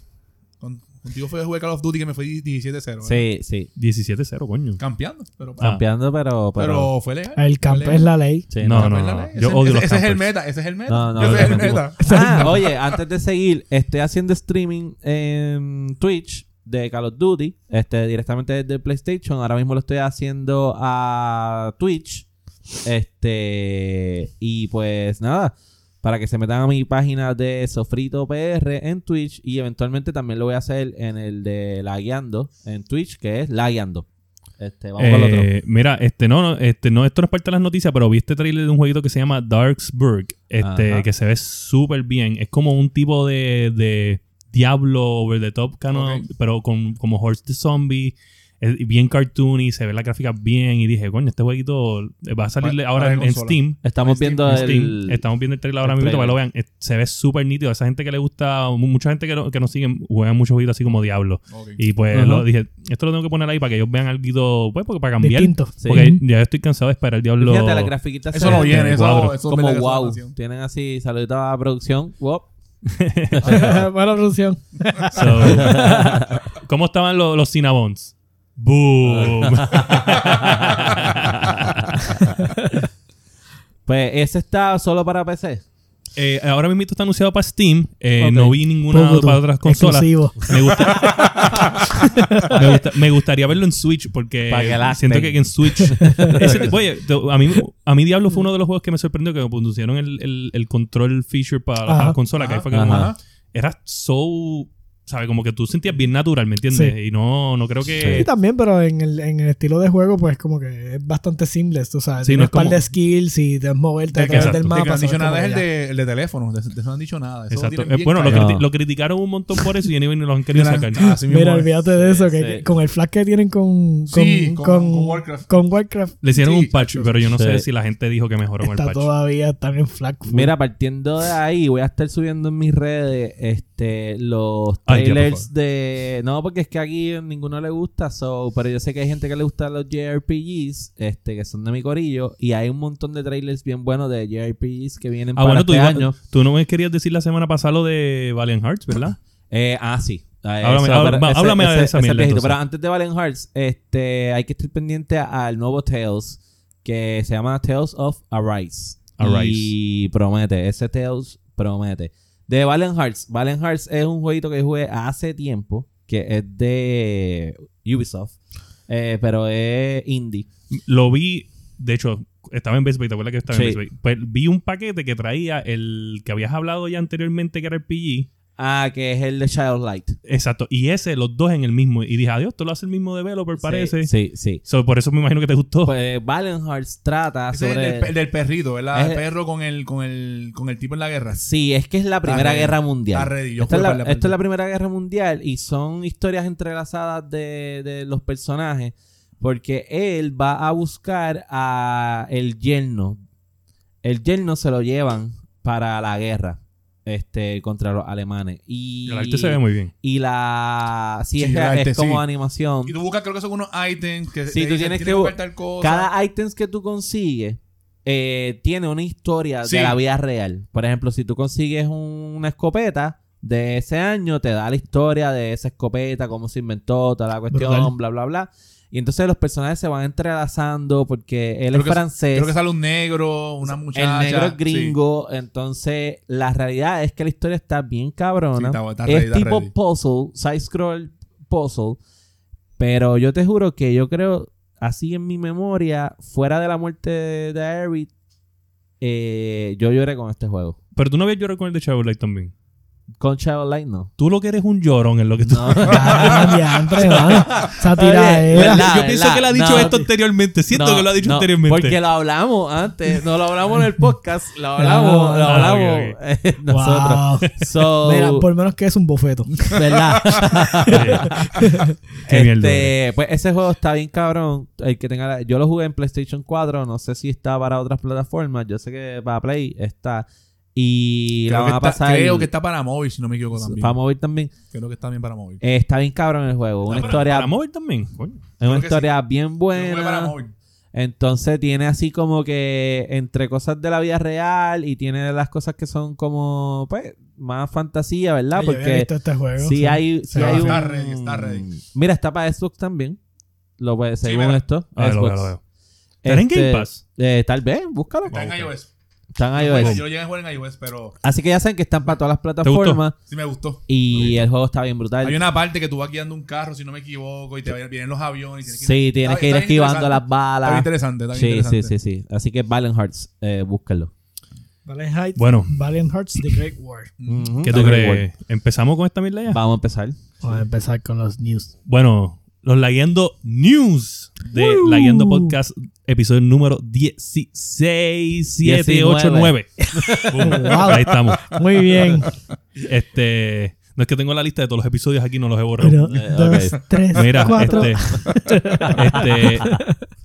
S4: con- contigo fue a jugar Call of Duty que me fue 17-0. ¿verdad?
S1: Sí, sí.
S3: 17-0, coño.
S4: Campeando, pero.
S3: Ah,
S1: Campeando, pero.
S4: pero,
S1: pero...
S4: fue legal.
S2: El camp es la ley.
S1: sí,
S3: no,
S4: Fue
S3: no,
S4: legal.
S3: no.
S4: Ese-
S3: Yo odio
S4: ese,
S3: los
S4: ese es el
S3: campers.
S4: meta, ese es el meta.
S1: No, no,
S4: ese
S1: no,
S4: es
S1: no,
S4: el
S1: no.
S4: meta.
S1: Ah, oye, antes de seguir, este, haciendo streaming en Twitch de Call of Duty, este, directamente desde PlayStation. Ahora mismo lo estoy haciendo a Twitch. Este, y pues nada, para que se metan a mi página de Sofrito PR en Twitch y eventualmente también lo voy a hacer en el de Lagueando en Twitch, que es Lagueando. Este, vamos con el otro.
S3: Eh, mira, este no, no, este no, esto no es parte de las noticias, pero viste trailer de un jueguito que se llama Darksburg, este,
S1: Ajá.
S3: que se ve súper bien. Es como un tipo de, de Diablo over the top, cano,
S4: Ok.
S3: pero con como Horse the Zombie, es bien cartoony, se ve la gráfica bien. Y dije, coño, este jueguito va a salir
S4: Para-
S3: ahora
S4: para
S3: en, en
S4: consola.
S3: Steam.
S1: Estamos
S4: Steam,
S1: viendo
S3: en Steam.
S1: el...
S3: Estamos viendo el trailer ahora
S1: el
S3: mismo para que
S1: trailer.
S3: lo vean. Es- Se ve súper nítido. Esa gente que le gusta, mu- mucha gente que, no- que nos siguen, juegan muchos jueguitos así como Diablo.
S4: Ok.
S3: Y pues
S1: Ajá.
S3: lo dije, esto lo tengo que poner ahí para que ellos vean algo, pues, porque para cambiar.
S2: Distinto.
S1: Sí.
S3: Porque ya estoy cansado de esperar Diablo.
S1: Fíjate, las grafiquitas
S4: Eso
S1: se
S4: no
S1: ven
S4: viene, eso,
S3: cuadro.
S4: eso
S1: como
S4: es verdad,
S1: wow.
S4: eso es una
S1: Tienen así, saludito a la producción. Wow.
S2: Buena producción.
S3: So, ¿Cómo estaban los, los Cinnabons? Boom.
S1: pues ese está solo para PC.
S3: eh, ahora mismo está anunciado para Steam. Eh,
S2: Ok.
S3: No vi ninguna
S2: Poco tú,
S3: para otras consolas.
S2: exclusivo.
S3: Me, gusta- me gusta- me gustaría verlo en Switch porque
S1: Pa' que lacten.
S3: siento que en Switch. ese tipo- oye, te- a mí, a mí Diablo fue uno de los juegos que me sorprendió que me pusieron el, el- el control feature para la- para
S2: Ajá.
S3: la consola. Que ahí fue que
S1: Ajá.
S3: como- era so. ¿Sabes? Como que tú sentías bien natural, ¿me entiendes?
S2: Sí.
S3: Y no, no creo
S2: Sí,
S3: que.
S2: también, pero en el, en el estilo de juego, pues como que es bastante simple, tú sabes.
S3: Sí,
S2: Tienes
S3: no
S2: un
S3: es
S2: par
S3: como-
S2: de skills y te moverte a
S3: Exacto.
S2: través del
S3: De
S4: El que no
S2: mapa.
S4: han
S2: ¿sabes?
S4: dicho
S2: Como
S4: nada es el
S2: que ya.
S4: de, el de teléfono. De, de eso no han dicho nada. Eso lo
S3: Exacto.
S4: tienen bien
S3: Eh, bueno, lo,
S1: callado.
S3: criti- lo criticaron un montón por eso y anyway no lo han querido
S4: callado.
S3: sacar.
S4: Ah, sí mismo
S2: Mira,
S4: es.
S2: olvídate de eso, que
S1: Sí.
S2: con el flash que tienen con, con,
S4: Sí, con- con Warcraft.
S2: con Warcraft,
S3: Le hicieron
S4: Sí.
S3: un patch, pero yo no sé
S1: Sí.
S3: si la gente dijo que mejoró con el
S2: está
S3: patch.
S2: todavía tan en flash.
S1: Mira, partiendo de ahí, voy a estar subiendo en mis redes este los
S3: Ay, ya, por
S1: trailers de. No, porque es que aquí a ninguno le gusta, so, pero yo sé que hay gente que le gusta los JRPGs, este, que son de mi corillo, y hay un montón de trailers bien buenos de JRPGs que vienen
S3: Ah,
S1: para
S3: bueno, tú,
S1: este
S3: iba-
S1: año.
S3: tú no me querías decir la semana pasada lo de Valiant Hearts, ¿verdad?
S1: Eh, ah, sí. Ah,
S3: Háblame-
S1: eso,
S3: habla-
S1: pero
S3: va- háblame de esa mierda,
S1: viejito.
S3: entonces.
S1: Pero antes de Valen Hearts, este, hay que estar pendiente al nuevo Tales que se llama Tales of Arise.
S3: Arise.
S1: Y promete, ese Tales promete. De Valen Hearts. Valen Hearts es un jueguito que jugué hace tiempo, que es de Ubisoft, eh, pero es indie.
S3: Lo vi, de hecho, estaba en Best Buy, ¿te acuerdas que estaba en
S1: Sí.
S3: Best Buy? Pues vi un paquete que traía el que habías hablado ya anteriormente, que era el PG.
S1: Ah, que es el de Child Light.
S3: Exacto. Y ese, los dos en el mismo. Y dije, adiós, esto lo hace el mismo developer, parece. Oh.
S1: Sí, sí.
S3: So, por eso me imagino que te gustó.
S1: Pues Valen Hearts trata
S4: Ese es el
S1: sobre...
S4: del, pe- el del perrito, ¿verdad?
S1: Es-
S4: el perro con el, con, el, con el tipo en la guerra.
S1: Sí, es que es la Primera
S4: ready.
S1: Guerra Mundial.
S4: Está ready. Yo
S1: Esta es,
S4: jugué
S1: la,
S4: para la
S1: esta es la
S4: parte.
S1: Primera Guerra Mundial y son historias entrelazadas de, de los personajes porque él va a buscar a el yerno. El yerno se lo llevan para la guerra este contra los alemanes y
S3: el arte se ve muy bien.
S1: y la sí,
S4: Sí,
S1: es,
S4: el
S1: es
S4: arte,
S1: como
S4: sí.
S1: animación.
S4: Y tú buscas, creo que son unos ítems que
S1: Sí,
S4: te
S1: tú
S4: dicen,
S1: tienes que bu-
S4: buscar tal cosa.
S1: Cada ítem que tú consigues eh, tiene una historia
S4: Sí.
S1: de la vida real. Por ejemplo, si tú consigues un- una escopeta de ese año, te da la historia de esa escopeta, cómo se inventó, toda la cuestión,
S2: Brutal.
S1: bla, bla, bla. Y entonces los personajes se van entrelazando porque él
S4: Creo
S1: es
S4: que-
S1: francés.
S4: Creo que sale un negro, una muchacha.
S1: el negro es
S4: sí.
S1: gringo, entonces la realidad es que la historia está bien
S4: Sí,
S1: cabrona.
S4: está- está
S1: es
S4: ready, está
S1: tipo
S4: ready.
S1: puzzle, side scroll puzzle, pero yo te juro que yo creo así en mi memoria, fuera de la muerte de, de Eric, eh, yo lloré con este juego.
S3: Pero tú no habías llorado con el de Shadow Light también.
S1: Con Shadow Light no.
S3: Tú lo que eres un llorón en lo que tú.
S1: No.
S2: Ah, diantre, mano. Esa
S1: Oye,
S2: tiradera.
S1: ¿verdad?
S3: yo pienso que él ha dicho
S1: no.
S3: esto anteriormente. Siento
S1: No,
S3: que lo ha dicho
S1: no,
S3: anteriormente. Ah,
S1: Porque lo hablamos antes, no lo hablamos en el podcast, lo hablamos, lo
S2: Ah,
S1: hablamos
S3: ok,
S1: eh, nosotros.
S2: Wow.
S1: So,
S2: Mira, por menos que es un bofeto.
S1: ¿Verdad?
S3: Qué mierda
S1: este, pues ese juego está bien cabrón. El que tenga la- yo lo jugué en PlayStation 4, no sé si está para otras plataformas. Yo sé que para Play está. Y
S4: Creo
S1: la
S4: que
S1: van a
S4: está-
S1: pasar.
S4: Creo que está para móvil, si no me equivoco también.
S1: para móvil también.
S4: Creo que está bien para móvil.
S1: Eh, está bien cabrón el juego. Una
S3: Pero
S1: historia,
S3: Para móvil también. coño.
S1: es una
S4: creo que
S1: historia bien
S4: Yo lo jugué para
S1: buena.
S4: móvil.
S1: Entonces tiene así como que entre cosas de la vida real y tiene las cosas que son como, pues, más fantasía, ¿verdad?
S2: Yo había
S1: Porque
S2: visto este juego.
S1: Si hay, si
S4: Sí,
S1: hay
S4: está
S1: un-
S4: ready, está ready.
S1: Mira, está para Xbox también. Lo puede,
S4: Sí,
S1: según
S4: mira.
S1: esto.
S3: Ah, lo
S1: Xbox.
S3: veo, lo veo. ¿Estará en
S1: Este,
S3: Game Pass?
S1: eh, tal vez, búscalo.
S4: Está en
S3: Ok.
S4: iOS.
S1: Está en
S4: Bueno, Yo
S1: iOS.
S4: lo llegué a jugar en iOS, pero
S1: Así que ya saben que están para todas las
S3: gustó?
S1: plataformas.
S4: sí me gustó.
S1: Y el juego está bien
S4: Hay
S1: brutal.
S4: una parte que tú vas guiando un carro, si no me equivoco, y te vienen los aviones. Y tienes que...
S1: Sí, tienes
S4: Está-
S1: que ir
S4: está bien
S1: esquivando
S4: interesante.
S1: las
S4: Está bien
S1: balas.
S4: interesante, está bien
S1: Sí, sí,
S4: interesante.
S1: sí, sí. Así que Valen Hearts, eh, búscalo.
S2: Valiant Hearts,
S3: Bueno.
S2: Valiant Hearts, The Great War.
S4: Mm.
S1: Ujú.
S3: ¿Qué tú
S1: Está
S3: crees?
S1: bien.
S3: ¿Empezamos con esta mierda ya?
S1: Vamos a empezar.
S2: Vamos a empezar con los news.
S3: Bueno, los Lagueando News de
S2: Woo.
S3: Lagueando Podcast, episodio número 16, 7, 8, 9.
S2: Wow.
S3: Ahí estamos.
S2: Muy bien.
S3: Este, no es que tengo la lista de todos los episodios aquí, no los he borrado.
S2: Uno,
S1: Eh,
S2: dos,
S1: ok.
S2: tres,
S3: Mira,
S2: cuatro.
S3: este, este,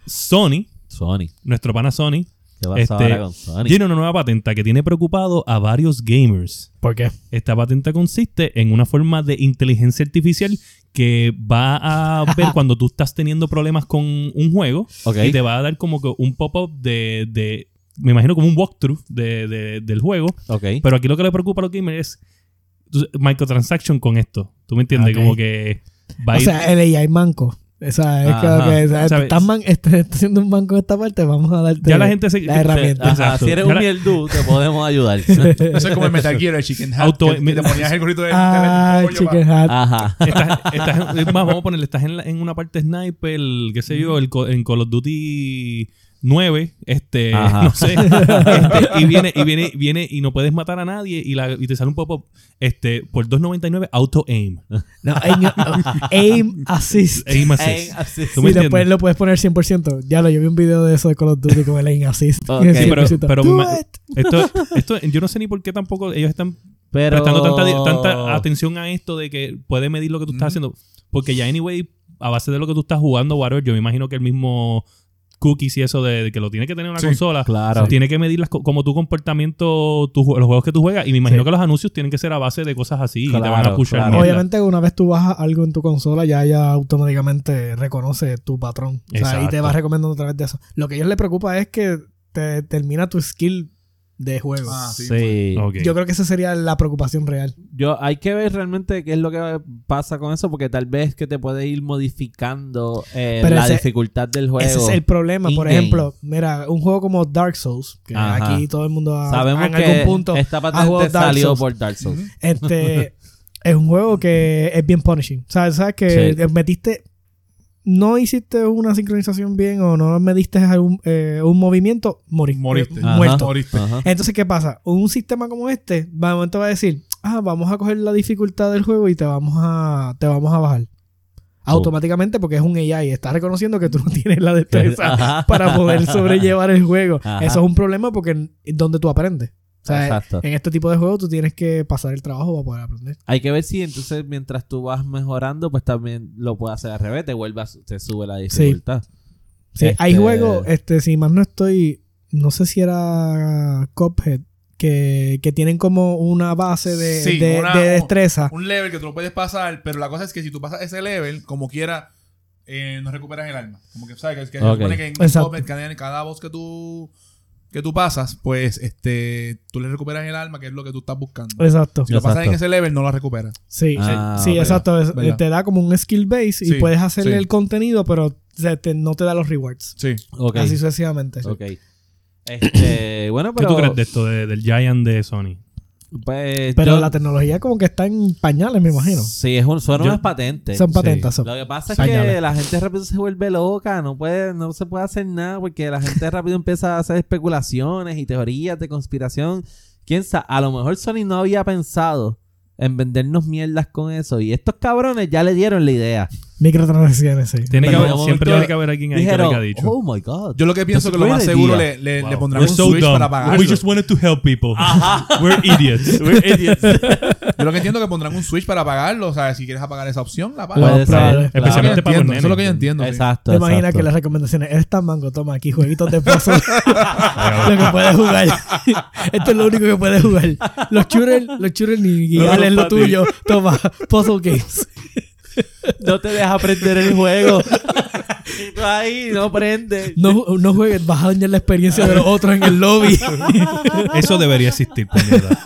S3: Sony,
S1: Sony.
S3: nuestro pana Sony,
S1: ¿Qué pasa
S3: Este,
S1: ahora con Sony?
S3: tiene una nueva patenta que tiene preocupado a varios gamers.
S2: ¿Por qué?
S3: Esta patente consiste en una forma de inteligencia artificial que va a ver cuando tú estás teniendo problemas con un juego
S1: Ok.
S3: y te va a dar como que un pop-up de, de- me imagino como un walkthrough de, de- del juego.
S1: Ok.
S3: Pero aquí lo que le preocupa a los gamers es tú- microtransaction con esto. ¿Tú me entiendes?
S2: Ok.
S3: Como que va a
S2: O
S3: ir-
S2: sea, el AI manco. Esa es
S1: Ajá.
S2: como que, o sea,
S3: ¿Sabes?
S2: estás man- este, estás haciendo un banco en esta parte, vamos a darte
S3: Ya la gente se-
S2: la herramienta.
S1: Ajá,
S3: Exacto.
S1: si eres
S3: Ya
S1: un
S3: la-
S1: mierdú, te podemos ayudar.
S4: Eso es como el Metal Gear, el Chicken Hat.
S3: Auto-
S4: que, que te ponías el gorrito de
S2: Ah, chicken hat.
S1: Ajá.
S3: Estás, estás- es más, vamos a ponerle, estás en, la- en una parte sniper, qué sé yo,
S1: Mm.
S3: el co- en Call of Duty 9, este,
S1: Ajá.
S3: no sé, este, y viene, y viene, viene, y no puedes matar a nadie, y, la, y te sale un pop-up, este, por 2.99, auto aim,
S2: No, aim, aim assist.
S3: aim
S1: Ey,
S3: assist.
S1: así.
S3: ¿Tú
S2: Y
S3: me entiendes?
S2: después lo puedes poner 100%. Ya lo, yo vi un video de eso de Call of Duty con el aim assist.
S1: Ok.
S2: El
S1: Sí,
S3: pero-
S2: 100%.
S3: pero
S2: Do
S3: ma-
S2: it.
S3: Esto, esto, yo no sé ni por qué tampoco ellos están
S1: Pero...
S3: prestando tanta, di- tanta atención a esto de que puede medir lo que tú estás haciendo. Porque ya, anyway, a base de lo que tú estás jugando, whatever, yo me imagino que el mismo cookies y eso de, de que lo tiene que tener una
S4: Sí,
S3: consola,
S1: Claro.
S3: tiene que medir las, co- como tu comportamiento, tu ju- los juegos que tú juegas. Y me imagino
S2: Sí.
S3: que los anuncios tienen que ser a base de cosas así y te van a
S1: Claro,
S3: pushar
S1: claro.
S3: mierda.
S2: Obviamente, una vez tú bajas algo en tu consola, ya ella automáticamente reconoce tu patrón. O sea, ahí te
S3: Exacto.
S2: va recomendando otra vez de eso. Lo que a ellos les preocupa es que te termina tu skill de juego.
S4: Ah, sí.
S1: Sí.
S3: Ok.
S2: Yo creo que esa sería la preocupación real.
S1: Yo, hay que ver realmente qué es lo que pasa con eso, porque tal vez que te puede ir modificando eh,
S2: Pero
S1: la
S2: ese-
S1: dificultad del juego.
S2: Ese es el problema. Por
S1: In-game.
S2: ejemplo, mira, un juego como Dark Souls, que
S1: Ajá.
S2: aquí todo el mundo ha-
S1: Sabemos
S2: en
S1: que
S2: algún punto
S1: esta
S2: ha jugado
S1: patente
S2: Dark
S1: salió
S2: Souls.
S1: por Dark Souls.
S4: Ujú.
S2: Este es un juego que es bien punishing. ¿Sabes? ¿Sabes que eh,
S1: Sí.
S2: metiste no hiciste una sincronización bien o no mediste algún, eh, un movimiento, moriste.
S4: Moriste.
S2: eh, muerto.
S1: Ajá.
S4: Moriste.
S1: Ajá.
S2: Entonces, ¿qué pasa? Un sistema como este, va- de momento va a decir, ah, vamos a coger la dificultad del juego y te vamos a, te vamos a bajar.
S1: Oh.
S2: Automáticamente porque es un AI, está reconociendo que tú no tienes la destreza
S1: Ajá.
S2: para poder sobrellevar el juego.
S1: Ajá.
S2: Eso es un problema porque en- donde tú aprendes. O sea,
S1: Exacto.
S2: en este tipo de juegos tú tienes que pasar el trabajo para poder aprender.
S1: Hay que ver si entonces mientras tú vas mejorando, pues también lo puedes hacer al revés, te vuelve a su- te sube la dificultad.
S2: Sí, hay
S1: Este-
S2: juegos, este, si más no estoy, no sé si era Cuphead, que, que tienen como una base de,
S4: Sí,
S2: de-
S4: una-
S2: de destreza.
S4: Un level que tú lo puedes pasar, pero la cosa es que si tú pasas ese level, como quiera, eh, no recuperas el alma. Como que, ¿sabes? Que, que se
S1: Ok.
S4: supone que en
S2: Exacto.
S4: Cuphead, cada, en cada voz que tú, que tú pasas, pues este tú le recuperas el alma, que es lo que tú estás buscando.
S2: Exacto.
S4: Si lo pasas
S1: Exacto.
S4: en ese level, no lo recuperas.
S2: Sí,
S1: Ah,
S2: sí,
S1: ok.
S2: exacto. Es-
S4: ¿Verdad?
S2: Te da como un skill base y
S4: Sí,
S2: puedes hacerle
S4: sí.
S2: el contenido, pero o sea, te- no te da los rewards.
S4: Sí.
S1: Ok.
S2: Así sucesivamente.
S1: ok. Este, bueno,
S3: ¿Qué
S1: pero.
S3: tú crees de esto de- del Giant de Sony?
S1: Pues,
S2: Pero
S1: yo-
S2: la tecnología como que está en pañales, me imagino.
S1: Sí, es un, son
S3: Yo-
S1: unas patentes.
S2: Son patentes. son.
S1: Lo que pasa es
S2: Pañales.
S1: que la gente rápido se vuelve loca, no puede, no se puede hacer nada porque la gente rápido empieza a hacer especulaciones y teorías de conspiración. Quién sabe, a lo mejor Sony no había pensado en vendernos mierdas con eso y estos cabrones ya le dieron la idea.
S2: Microtransacciones, sí.
S3: Tiene que
S1: Pero
S3: haber,
S1: como
S3: siempre
S1: yo-
S3: tiene que haber alguien ahí que lo
S1: Dijeron,
S3: haya dicho.
S1: "Oh my god."
S4: Yo lo que pienso
S1: That's
S4: que lo
S1: a
S4: más
S1: great
S4: seguro
S1: idea.
S4: le, le,
S3: Wow.
S4: le pondrán
S3: We're
S4: un
S3: so
S4: switch
S3: dumb.
S4: para pagarlo.
S3: We just wanted to help people. We're idiots.
S4: Yo lo que entiendo que pondrán un switch para pagarlo. O sea, si quieres apagar esa opción, la pagas.
S2: Puede
S4: Eso
S2: ser,
S1: claro.
S3: Especialmente
S4: es lo que yo
S3: para los
S4: entiendo, Eso es lo que
S3: nenes.
S4: yo entiendo. sí.
S1: Exacto.
S2: Te imaginas
S1: exacto.
S2: que las recomendaciones esta mango, toma aquí, jueguitos de puzzle. lo que puedes jugar. Esto es lo único que puedes jugar. Los shooters, los shooters ni guiales
S3: son
S2: lo
S3: pa' ti.
S2: tuyo. Toma, puzzle games.
S1: no te deja aprender el juego. Y tú ahí no prende.
S2: No, no juegues, vas a dañar la experiencia de los otros en el lobby.
S3: Eso debería existir, puñeta.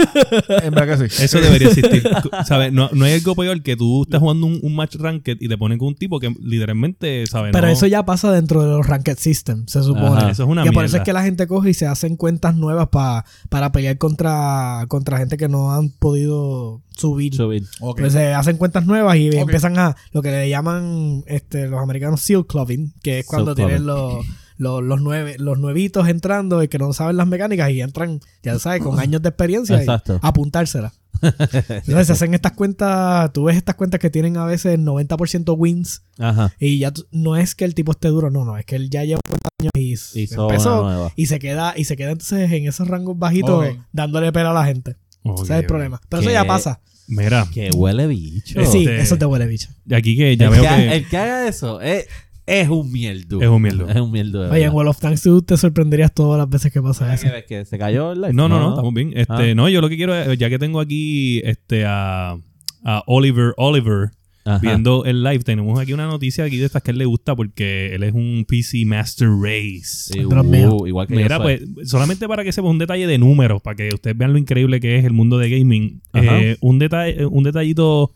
S4: En verdad que sí.
S3: Eso debería existir. Tú- ¿Sabes? No, no hay algo peor que tú estás jugando un, un match ranked y te ponen con un tipo que literalmente, ¿sabes?
S2: Pero
S3: No,
S2: eso ya pasa dentro de los ranked systems, se supone.
S1: Ajá.
S3: Eso es una
S2: que por eso
S3: mierda.
S2: es que la gente coge y se hacen cuentas nuevas pa- para pelear contra, contra gente que no han podido subir.
S1: Subir.
S4: Ok.
S2: Pues se hacen cuentas nuevas y empiezan a lo que le llaman este, los americanos seal clubbing, que es
S1: Seal
S2: cuando tienen los, los, los, nueve, los nuevitos entrando y que no saben las mecánicas y entran, ya sabes, con años de experiencia y
S1: Exacto.
S2: apuntársela. Entonces se hacen estas cuentas, tú ves estas cuentas que tienen a veces 90% wins
S1: Ajá.
S2: y ya tú- no es que el tipo esté duro, no, no, es que él ya lleva años y, s-
S1: Hizo una nueva.
S2: y se queda y se queda entonces en esos rangos bajitos
S4: Ok.
S2: dándole pela a la gente.
S3: Ok,
S2: Ese es el
S3: ok.
S2: problema. Pero eso
S1: Que-
S2: ya pasa.
S3: Mira,
S1: Que huele bicho.
S2: Eh, Sí,
S3: Este-
S2: eso te huele bicho.
S3: aquí que ya
S1: el,
S3: veo
S1: que, ha-
S3: que.
S1: el que haga eso es, es un mierdo.
S3: Es un mierdo.
S1: Es un mierdo. de
S2: Oye, en
S1: verdad.
S2: World of Tanks tú te sorprenderías todas las veces que pasa eso.
S1: ¿Qué ves? ¿Que se cayó el live?
S3: No, no, no, estamos bien. Este,
S1: Ah.
S3: No, yo lo que quiero es, ya que tengo aquí este, a, a Oliver, Oliver,
S1: Ajá.
S3: viendo el live, tenemos aquí una noticia aquí de estas que a él le gusta porque él es un PC Master Race.
S1: Sí,
S2: Dios mío.
S1: uh, igual que
S3: Mira,
S1: yo soy.
S3: pues, solamente para que sepa un detalle de números, para que ustedes vean lo increíble que es el mundo de gaming.
S1: Ajá.
S3: eh, un, detalle, un detallito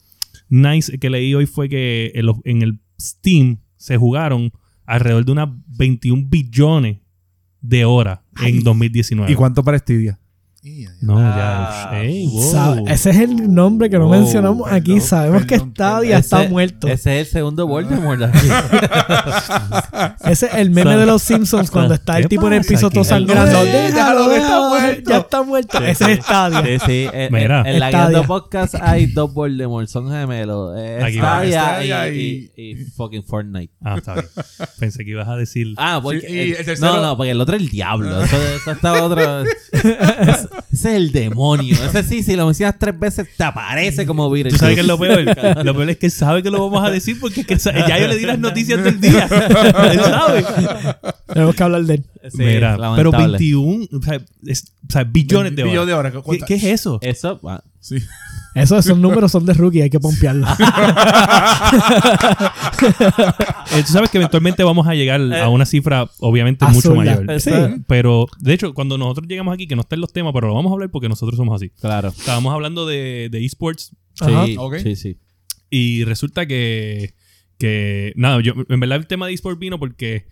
S3: nice que leí hoy fue que en, los- en el Steam se jugaron alrededor de unas 21 billones de horas en 2019.
S4: ¿Y cuánto para Stadia?
S3: No,
S1: Ah,
S3: ya. ush, ey, wow.
S2: Sabe- Ese es el nombre que no
S1: Wow,
S2: mencionamos aquí.
S4: perdón,
S2: Sabemos que
S4: perdón,
S2: está
S4: perdón.
S2: y está
S1: Ese-
S2: muerto.
S1: Ese es el segundo
S3: Ah.
S1: Voldemort aquí.
S2: Ese es el meme
S3: Sabe-
S2: de los Simpsons cuando está el
S3: ¿Qué
S2: tipo en el
S3: pasa
S2: piso
S3: aquí?
S2: todo
S3: El-
S2: sangrando.
S4: Déjalo, que está
S2: déjalo,
S4: muerto.
S2: Ya está muerto.
S1: Sí,
S2: Ese
S1: sí.
S2: es Stadia.
S1: Sí, sí. En,
S3: Mira.
S1: en- en la
S2: Stadia.
S1: guía de podcast hay dos Voldemort, son gemelos. Eh,
S3: Aquí va.
S1: Stadia y,
S4: Stadia
S1: y,
S4: y-
S1: y fucking Fortnite.
S3: Ah, está bien. Pensé que ibas a decir.
S1: Ah, porque.
S4: Sí, y
S1: eh,
S4: el tercero- Ah.
S1: No, no, porque el otro es el diablo. Eso, eso está otro. es- ese es el demonio. Ese sí, si lo mencionas tres veces, te aparece como virus.
S3: ¿Tú sabes qué es lo peor? Lo peor es que él sabe que lo vamos a decir porque es que él sa- ya yo le di las noticias del día. Él sabe.
S2: Tenemos que hablar de él.
S1: Sí,
S3: Mira,
S1: lamentable.
S3: pero 21, o sea, es- o sea, billones de
S4: Billones
S3: horas.
S4: de
S3: ¿Qué,
S4: horas. ¿Cuántas?
S3: qué es eso?
S1: Eso. ah,
S4: Sí.
S2: Esos, esos números son de rookie, hay que pompearlos.
S3: Eh, tú sabes que eventualmente vamos a llegar a una cifra obviamente mucho
S2: Azul,
S3: mayor.
S1: sí.
S3: Pero, de hecho, cuando nosotros llegamos aquí, que no están los temas, pero lo vamos a hablar porque nosotros somos así.
S1: Claro.
S3: Estábamos hablando de, de esports
S2: Ajá.
S1: Sí,
S4: Ok.
S1: sí, sí.
S3: y resulta que, que, nada, yo, en verdad el tema de esports vino porque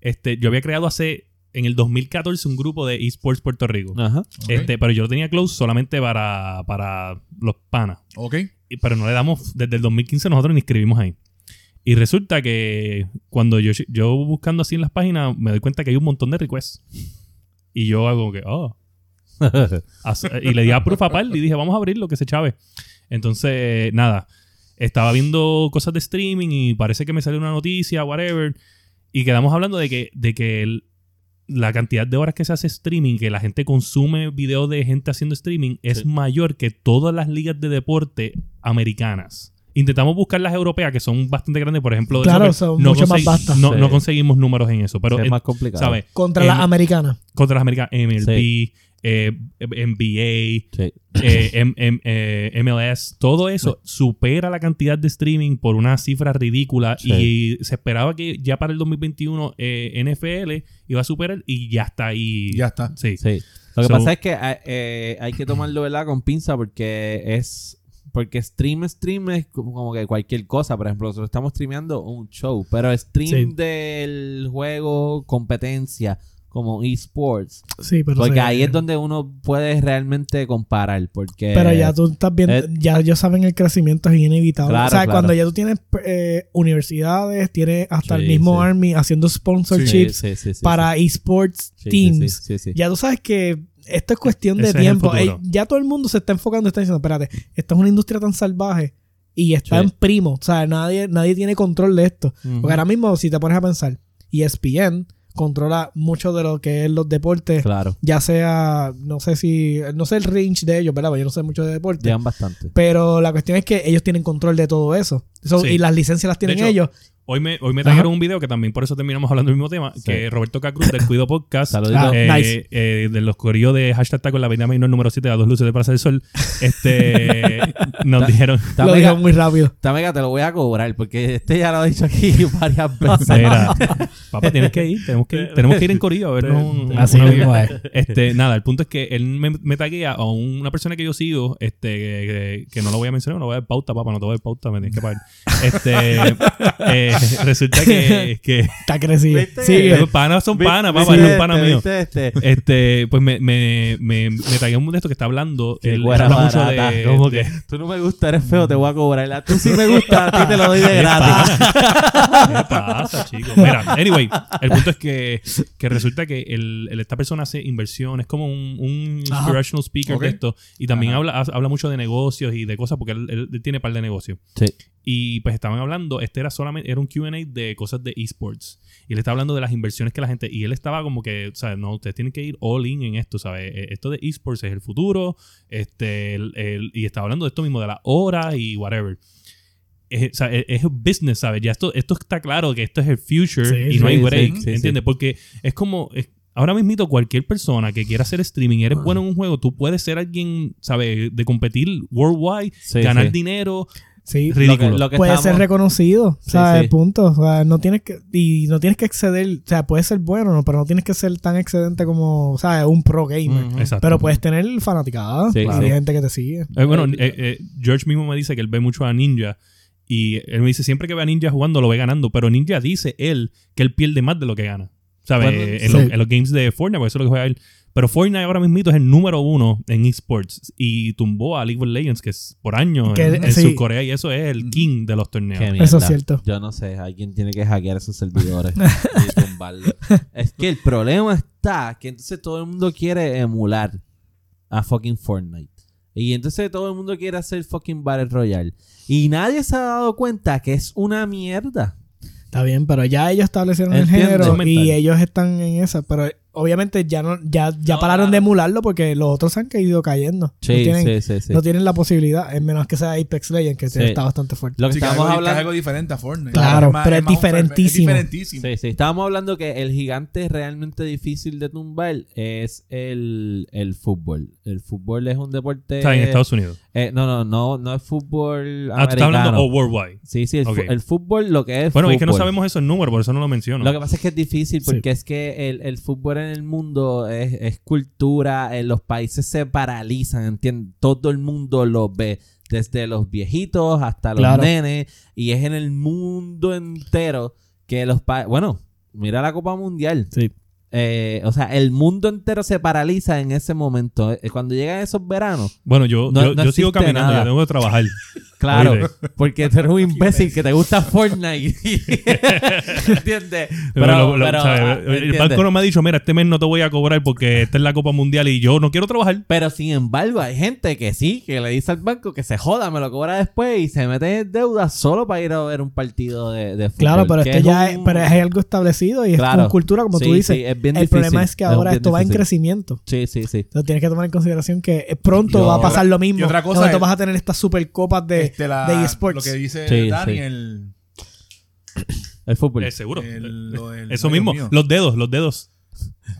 S3: este, yo había creado hace, en el 2014, un grupo de esports Puerto Rico.
S1: Ajá.
S4: Ok.
S3: Este, pero yo lo tenía close solamente para, para los panas.
S4: Ok.
S3: Y- pero no le damos, desde el 2015 nosotros ni escribimos ahí. Y resulta que cuando yo, yo buscando así en las páginas, me doy cuenta que hay un montón de requests. Y yo hago que, oh. As- y le di a proof a par y dije, vamos a abrirlo, que se chave. Entonces, eh, nada. Estaba viendo cosas de streaming y parece que me salió una noticia, whatever. Y quedamos hablando de que, de que el- la cantidad de horas que se hace streaming, que la gente consume videos de gente haciendo streaming, es
S1: Sí.
S3: mayor que todas las ligas de deporte americanas. Intentamos buscar las europeas, que son bastante grandes, por ejemplo. de
S2: Claro,
S3: soccer.
S2: son mucho más
S3: consegui-
S2: vastas.
S3: No, no
S1: Sí.
S3: conseguimos números en eso, pero,
S1: es
S3: eh,
S1: más complicado.
S3: ¿sabes?
S2: Contra
S3: En-
S2: las americanas.
S3: Contra las americanas, MLB, eh, NBA,
S1: Sí.
S3: eh, M- M- eh, MLS, todo eso supera la cantidad de streaming por una cifra ridícula
S1: Sí.
S3: y se esperaba que ya para el 2021 eh, NFL iba a superar y ya está ahí.
S4: Ya está.
S3: Sí.
S1: Sí. Lo que
S3: So-
S1: pasa es que eh, eh, hay que tomarlo ¿verdad? con pinza porque es. Porque stream, stream es como como que cualquier cosa. Por ejemplo, nosotros estamos streameando un show, pero stream
S2: Sí.
S1: del juego, competencia, como esports.
S2: Sí, pero.
S1: Porque
S2: se-
S1: ahí es donde uno puede realmente comparar. Porque.
S2: Pero ya tú estás viendo,
S1: eh,
S2: ya ellos saben el crecimiento es inevitable.
S1: Claro,
S2: o sea,
S1: claro.
S2: cuando ya tú tienes eh, universidades, tienes hasta el
S1: Sí,
S2: mismo
S1: sí.
S2: Army haciendo sponsorships
S1: Sí, sí, sí, sí,
S2: para
S1: sí.
S2: esports
S1: Sí, sí,
S2: teams.
S1: sí, sí, sí.
S2: Ya tú sabes que esto es cuestión de
S3: Ese es el
S2: tiempo.
S3: futuro.
S2: Ey, ya todo el mundo se está enfocando, está diciendo, espérate, esta es una industria tan salvaje y está
S1: Sí.
S2: en primo. O sea, nadie, nadie tiene control de esto.
S1: Ujú.
S2: Porque ahora mismo, si te pones a pensar, E ESPN controla mucho de lo que es los deportes.
S1: Claro.
S2: Ya sea, no sé si, no sé el range de ellos, ¿verdad? Porque yo no sé mucho de deporte.
S1: Llegan bastante.
S2: Pero la cuestión es que ellos tienen control de todo eso. So,
S3: Sí.
S2: Y las licencias las tienen
S3: hecho,
S2: ellos.
S3: Hoy me, hoy me
S2: Ajá.
S3: trajeron un video que también por eso terminamos hablando del mismo tema, que Roberto Cacruz del Cuido Podcast,
S1: Saludito.
S2: Ah,
S3: eh,
S2: nice.
S3: eh, de los corridos de hashtag taco en la avenida Maynor número 7 a dos luces de Plaza del Sol, este, nos dijeron...
S1: Está
S2: Lo
S1: mega-
S2: dijeron muy rápido.
S1: está mega, te lo voy a cobrar porque este ya lo he dicho aquí varias veces.
S3: Mira, papá, tienes que ir, tenemos que ir, tenemos que ir en Corillo a ver
S5: Así mismo es.
S3: Este, nada, el punto es que él me, me taguea a una persona que yo sigo, este, que, que no lo voy a mencionar, no voy a dar pauta, papá, no te voy a dar pauta, me tienes que pagar. Este, eh, resulta que, que
S2: Está crecido.
S1: ¿Viste?
S2: Sí,
S3: los panas son panas, papá, es
S1: eh. ¿Viste
S3: un pana
S1: este?
S3: mío.
S1: ¿Viste este?
S3: Este, pues me, me, me, me taguea un de estos que está hablando.
S1: Que
S3: él
S1: fuera
S3: habla mucho
S1: barata,
S3: de-
S1: como
S3: de-
S1: que tú no me gusta, eres feo, te voy a cobrar. La- Tú sí me gusta, a ti te lo doy de
S3: ¿Qué
S1: gratis.
S3: pasa? ¿Qué pasa, chicos? Mira, anyway, el punto es que, que resulta que el, el- esta persona hace inversión, es como un, un
S2: Ajá.
S3: inspirational speaker
S4: Ok.
S3: de esto, y también habla, ha- habla mucho de negocios y de cosas, porque él, él- él tiene par de negocios.
S1: Sí.
S3: Y pues estaban hablando, este era solamente, era un QA de cosas de esports. Y él estaba hablando de las inversiones que la gente, y él estaba como que, o sea, no, ustedes tienen que ir all in en esto, ¿sabes? Eh, Esto de esports es el futuro, este, el- el- y estaba hablando de esto mismo, de las horas y whatever es, o sea, e-, es- es business, ¿sabes? Ya esto, esto está claro que esto es el future
S2: Sí,
S3: y no
S1: sí,
S3: hay
S1: sí,
S3: break,
S1: sí, sí.
S3: ¿entiendes? Porque es como, es- ahora mismito cualquier persona que quiera hacer streaming, eres bueno en un juego, tú puedes ser alguien, ¿sabes? De competir worldwide,
S1: Sí,
S3: ganar
S1: sí.
S3: dinero,
S2: sí.
S1: Lo que-
S3: ridículo.
S1: lo que
S2: Puede ser
S1: estábamos-
S2: reconocido.
S1: Sí,
S2: O sea,
S1: sí.
S2: el punto. O sea, no tienes que, y no tienes que exceder. O sea, puedes ser bueno, ¿no? pero no tienes que ser tan excedente como, o sea, un pro gamer.
S1: Ujú.
S3: Exacto.
S2: Pero puedes tener fanaticada.
S1: Sí,
S2: y
S1: claro.
S2: hay gente que te sigue.
S3: Eh, bueno, eh, eh, George mismo me dice que él ve mucho a Ninja Y él me dice, siempre que ve a Ninja jugando lo ve ganando, pero Ninja dice él que él pierde más de lo que gana. ¿Sabes?
S1: Bueno,
S3: en,
S2: sí.
S3: los, en los games de Fortnite, porque eso es lo que juega él. Pero Fortnite ahora mismito es el número uno en esports y tumbó a League of Legends, que es por año
S2: Que-
S3: en, en
S2: sí.
S3: Surcorea, y eso es
S1: Mm.
S3: el king de los torneos.
S1: Qué
S2: Eso
S1: mierda.
S2: es cierto.
S1: Yo no sé, alguien tiene que hackear esos servidores y tumbarlo. Es que el problema está que entonces todo el mundo quiere emular a fucking Fortnite. Y entonces todo el mundo quiere hacer fucking Battle Royale. Y nadie se ha dado cuenta que es una mierda.
S2: Está bien, pero ya ellos establecieron
S1: Entiendo.
S2: el género
S3: Mental.
S2: y ellos están en esa. Pero eh, obviamente ya no, ya, ya
S1: No,
S2: pararon
S1: claro.
S2: de emularlo porque los otros han caído cayendo. no,
S1: Sí, sí,
S2: tienen,
S1: sí, sí.
S2: no tienen la posibilidad, en menos que sea Apex Legends, que
S1: Sí.
S2: está bastante fuerte.
S1: Lo que
S4: Sí, que es
S1: estábamos
S4: algo- que es
S1: hablando...
S4: algo diferente a Fortnite.
S2: Claro,
S4: más-
S2: pero es
S4: más un Fortnite,
S2: diferentísimo.
S4: Es diferentísimo.
S1: Sí, sí. Estábamos hablando que el gigante realmente difícil de tumbar es el, el fútbol. El fútbol es un deporte...
S3: Está en Estados Unidos.
S1: eh, no, no, no, no es fútbol americano.
S3: Ah, tú estás hablando oh, worldwide.
S1: Sí, sí, el, fu-
S3: Ok.
S1: el fútbol lo que es
S3: Bueno, es que no
S1: fútbol.
S3: sabemos esos números, por eso no lo menciono.
S1: Lo que pasa es que es difícil
S2: Sí.
S1: porque es que el, el fútbol en el mundo es, es cultura, eh, los países se paralizan, ¿entiendes? Todo el mundo lo ve, desde los viejitos hasta los
S2: Claro.
S1: nenes, y es en el mundo entero que los países... Bueno, mira la Copa Mundial.
S2: Sí.
S1: Eh, o sea, el mundo entero se paraliza en ese momento. Eh, Cuando llegan esos veranos,
S3: Bueno, yo,
S1: No-
S3: yo,
S1: no
S3: yo sigo
S1: existe
S3: caminando,
S1: nada.
S3: yo tengo que trabajar.
S1: claro,
S3: Oye.
S1: porque tú eres un imbécil que te gusta Fortnite. ¿Entiendes?
S3: Pero, lo- lo-
S1: pero,
S3: ¿sabes?
S1: ah,
S3: el
S1: ¿entiendes?
S3: banco no me ha dicho, mira, este mes no te voy a cobrar porque esta es la Copa Mundial y yo no quiero trabajar.
S1: Pero sin embargo, hay gente que sí, que le dice al banco que se joda, me lo cobra después y se mete en deuda solo para ir a ver un partido de, de fútbol.
S2: Claro, pero es que ya es,
S1: un-
S2: pero es algo establecido y es
S1: Claro.
S2: una cultura, como
S1: Sí,
S2: tú dices.
S1: sí, es bien
S2: el
S1: difícil.
S2: problema es que
S1: Es
S2: ahora
S1: bien
S2: esto va en
S1: difícil.
S2: crecimiento.
S1: Sí, sí, sí.
S2: Entonces tienes que tomar en consideración que eh, pronto
S1: Yo-
S2: va a pasar lo mismo.
S4: y otra cosa
S2: Donde tú
S4: es-
S2: vas a tener estas supercopas de,
S4: Este, la-
S2: de eSports.
S4: Lo que dice
S1: Sí, sí.
S4: Daniel.
S1: El fútbol.
S3: Eh, seguro.
S4: el- lo del-
S3: Eso
S4: ay, Dios
S3: mismo.
S4: mío.
S3: Los dedos, los dedos.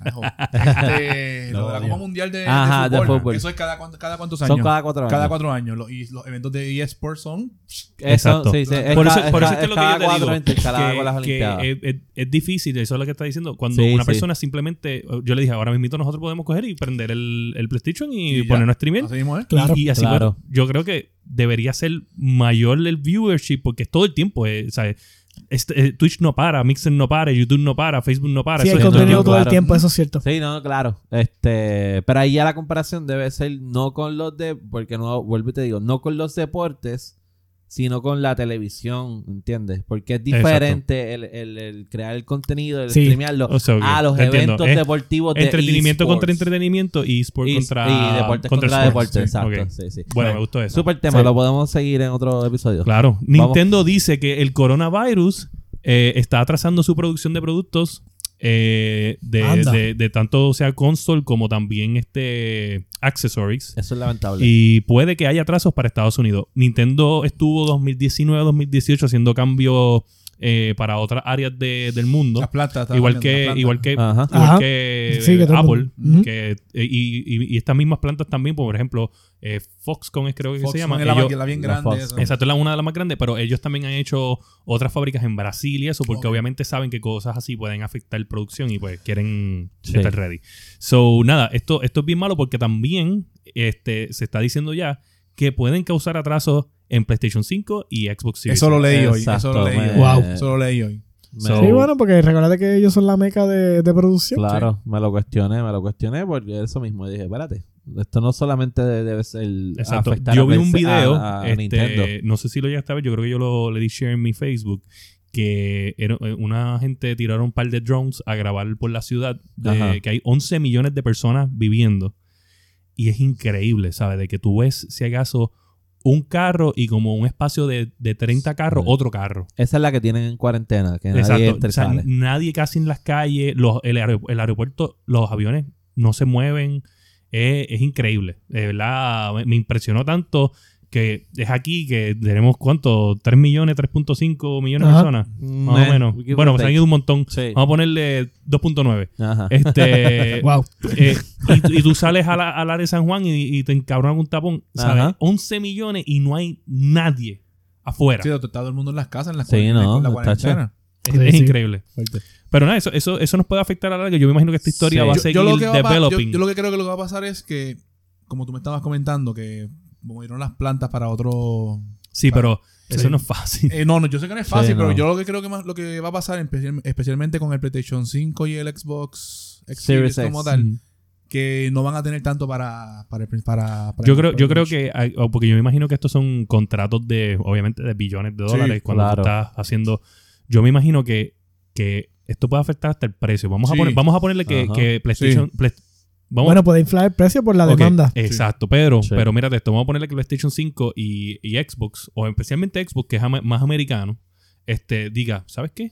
S4: Ajo. Este,
S1: Lo
S4: lo de la
S1: odio.
S4: Copa Mundial de, de
S1: Ajá, de
S4: fútbol.
S1: fútbol.
S4: Eso es cada, cuan- cada cuántos años.
S1: son cada cuatro años.
S4: Cada cuatro años. Los- y los eventos de eSports son.
S1: Eso,
S3: Exacto.
S1: sí, sí. Es
S3: por
S1: ca-
S3: eso, por eso
S1: ca-
S3: es que es lo que yo
S1: cada
S3: te digo.
S1: cuatro intercalada con las
S3: que- que
S1: Olimpiadas.
S3: es, es- es difícil, eso es lo que está diciendo. Cuando
S1: Sí,
S3: una
S1: sí.
S3: persona simplemente, yo le dije, ahora mismo nosotros podemos coger y prender el, el PlayStation y,
S4: Y ya.
S3: ponernos a streamer.
S4: Así mismo, ¿eh?
S2: Claro.
S3: y, y así
S1: claro.
S3: pues, yo creo que debería ser mayor el viewership porque es todo el tiempo. eh, o sea, este, eh, Twitch no para, Mixer no para, YouTube no para, Facebook no para.
S2: sí,
S3: eso
S2: el
S3: es todo el
S2: contenido
S3: tiempo.
S2: todo el
S1: claro.
S2: tiempo, eso es cierto.
S1: Sí, no, claro. Este, pero ahí ya la comparación debe ser no con los de, porque no, vuelvo y te digo, no con los deportes, sino con la televisión, ¿entiendes? Porque es diferente el, el- el crear el contenido, el
S2: Sí.
S1: streamearlo
S3: O sea, ok,
S1: a los
S3: te entiendo.
S1: eventos
S3: Es
S1: deportivos de
S3: Entretenimiento
S1: esports.
S3: contra entretenimiento y sport
S1: Y-
S3: contra
S1: y deportes contra,
S3: sports.
S1: deportes,
S3: Sí,
S1: exacto.
S3: ok.
S1: Sí, sí.
S3: Bueno, me gustó eso.
S1: Super tema,
S2: Sí.
S1: lo podemos seguir en otro episodio.
S3: Claro. Nintendo dice que el coronavirus eh, está atrasando su producción de productos eh, de,
S2: Anda.
S3: de- de tanto o sea console como también este accessories.
S1: Eso es lamentable.
S3: Y puede que haya atrasos para Estados Unidos. Nintendo estuvo 2019-2018 haciendo cambios eh, para otras áreas de- del mundo.
S4: Las plantas. estaba
S3: Igual
S4: viendo,
S3: que,
S4: las plantas.
S3: igual que,
S1: Ajá.
S3: igual
S2: Ajá.
S3: que,
S2: Sí, que
S3: eh,
S2: todo el
S3: Apple.
S2: mundo. Ujú.
S3: que, eh, y, y- y estas mismas plantas también, por ejemplo, eh, Foxconn es creo que
S4: Fox,
S3: se llama.
S4: la,
S3: Ellos-
S4: la bien
S1: la
S4: grande.
S1: Fox.
S4: esa.
S3: Exacto, es la- una de las más grandes, pero ellos también han hecho otras fábricas en Brasil y eso, porque
S4: Ok.
S3: obviamente saben que cosas así pueden afectar producción y pues quieren
S1: Sí.
S3: estar ready. So, nada, esto, esto es bien malo porque también este, se está diciendo ya que pueden causar atrasos en PlayStation 5 y Xbox Series.
S4: Eso lo leí hoy.
S1: Exacto,
S4: Eso lo leí
S1: me-
S4: hoy.
S2: Wow.
S4: Eso lo leí hoy.
S1: Me-
S3: So-
S2: Sí, bueno, porque recuerda que ellos son la meca de, de producción.
S1: Claro, me lo cuestioné, me lo cuestioné porque eso mismo. Dije, espérate, esto no solamente de- debe ser
S3: Exacto.
S1: afectar a
S3: Yo vi un
S1: Play-
S3: video,
S1: a- a
S3: este,
S1: Nintendo.
S3: no sé si lo llegaste a ver, yo creo que yo lo, le di share en mi Facebook, que era- eh, una gente tiraron un par de drones a grabar por la ciudad, de-
S1: Ajá.
S3: que hay 11 millones de personas viviendo. Y es increíble, ¿sabes? De que tú ves, si acaso, un carro y como un espacio de, de 30 carros,
S1: Sí.
S3: otro carro.
S1: Esa es la que tienen en cuarentena, que nadie
S3: Exacto.
S1: entra y
S3: O sea,
S1: sale.
S3: nadie casi en las calles, los, el, aer- el aeropuerto, los aviones no se mueven. Es, es increíble. De verdad, me, me impresionó tanto que es aquí que tenemos cuánto, 3 millones, 3.5 millones de
S2: Ajá.
S3: personas. Más o menos. Mm, eh, Bueno, pues se han ido un montón.
S1: Sí.
S3: Vamos a ponerle 2.9.
S1: Ajá.
S3: Este,
S2: Wow.
S3: eh, y, tú- y tú sales a la- al área de San Juan y, y te encabronan un tapón. ¿sabes?
S1: Ajá.
S3: 11 millones y no hay nadie afuera.
S4: Sí, doctor, está todo el mundo en las casas, en las
S1: Sí,
S4: cuaren-
S1: no,
S4: en la
S1: está
S4: cuarentena.
S3: Es-
S2: Sí,
S3: es
S2: sí.
S3: increíble.
S4: Fuerte.
S3: Pero nada, eso, eso, eso nos puede afectar a la larga. Yo me imagino que esta historia
S1: Sí.
S3: va a
S1: Yo-
S3: seguir
S4: lo que va a pa- yo-
S3: developing.
S4: yo lo que creo que lo que va a pasar es que, como tú me estabas comentando, que movieron las plantas para otro.
S3: Sí, pero Eso
S4: Sí.
S3: no es fácil.
S4: Eh, no, no, yo sé que no es fácil,
S1: Sí,
S4: pero
S1: no.
S4: yo lo que creo que más lo que va a pasar, espe- especialmente con el PlayStation 5 y el Xbox X
S1: Series
S4: Series como
S1: X.
S4: tal, que no van a tener tanto para, para, el- para, para
S3: Yo
S4: el-
S3: creo,
S4: para
S3: yo
S4: el
S3: creo
S4: launch.
S3: que, hay- o porque yo me imagino que estos son contratos de, obviamente, de billones de
S4: Sí,
S3: dólares cuando
S1: claro.
S3: tú estás haciendo. Yo me imagino que, que esto puede afectar hasta el precio. Vamos, a,
S4: Sí.
S3: poner, vamos a ponerle que,
S1: Ajá.
S3: que PlayStation. Play- vamos,
S2: Bueno, puede inflar el precio por la
S3: ok, Eh,
S2: demanda.
S3: Exacto, pero,
S1: Sí.
S3: pero mírate esto, vamos a ponerle que PlayStation 5 y, y Xbox, o especialmente Xbox, que es ama- más americano, este, diga, ¿sabes qué?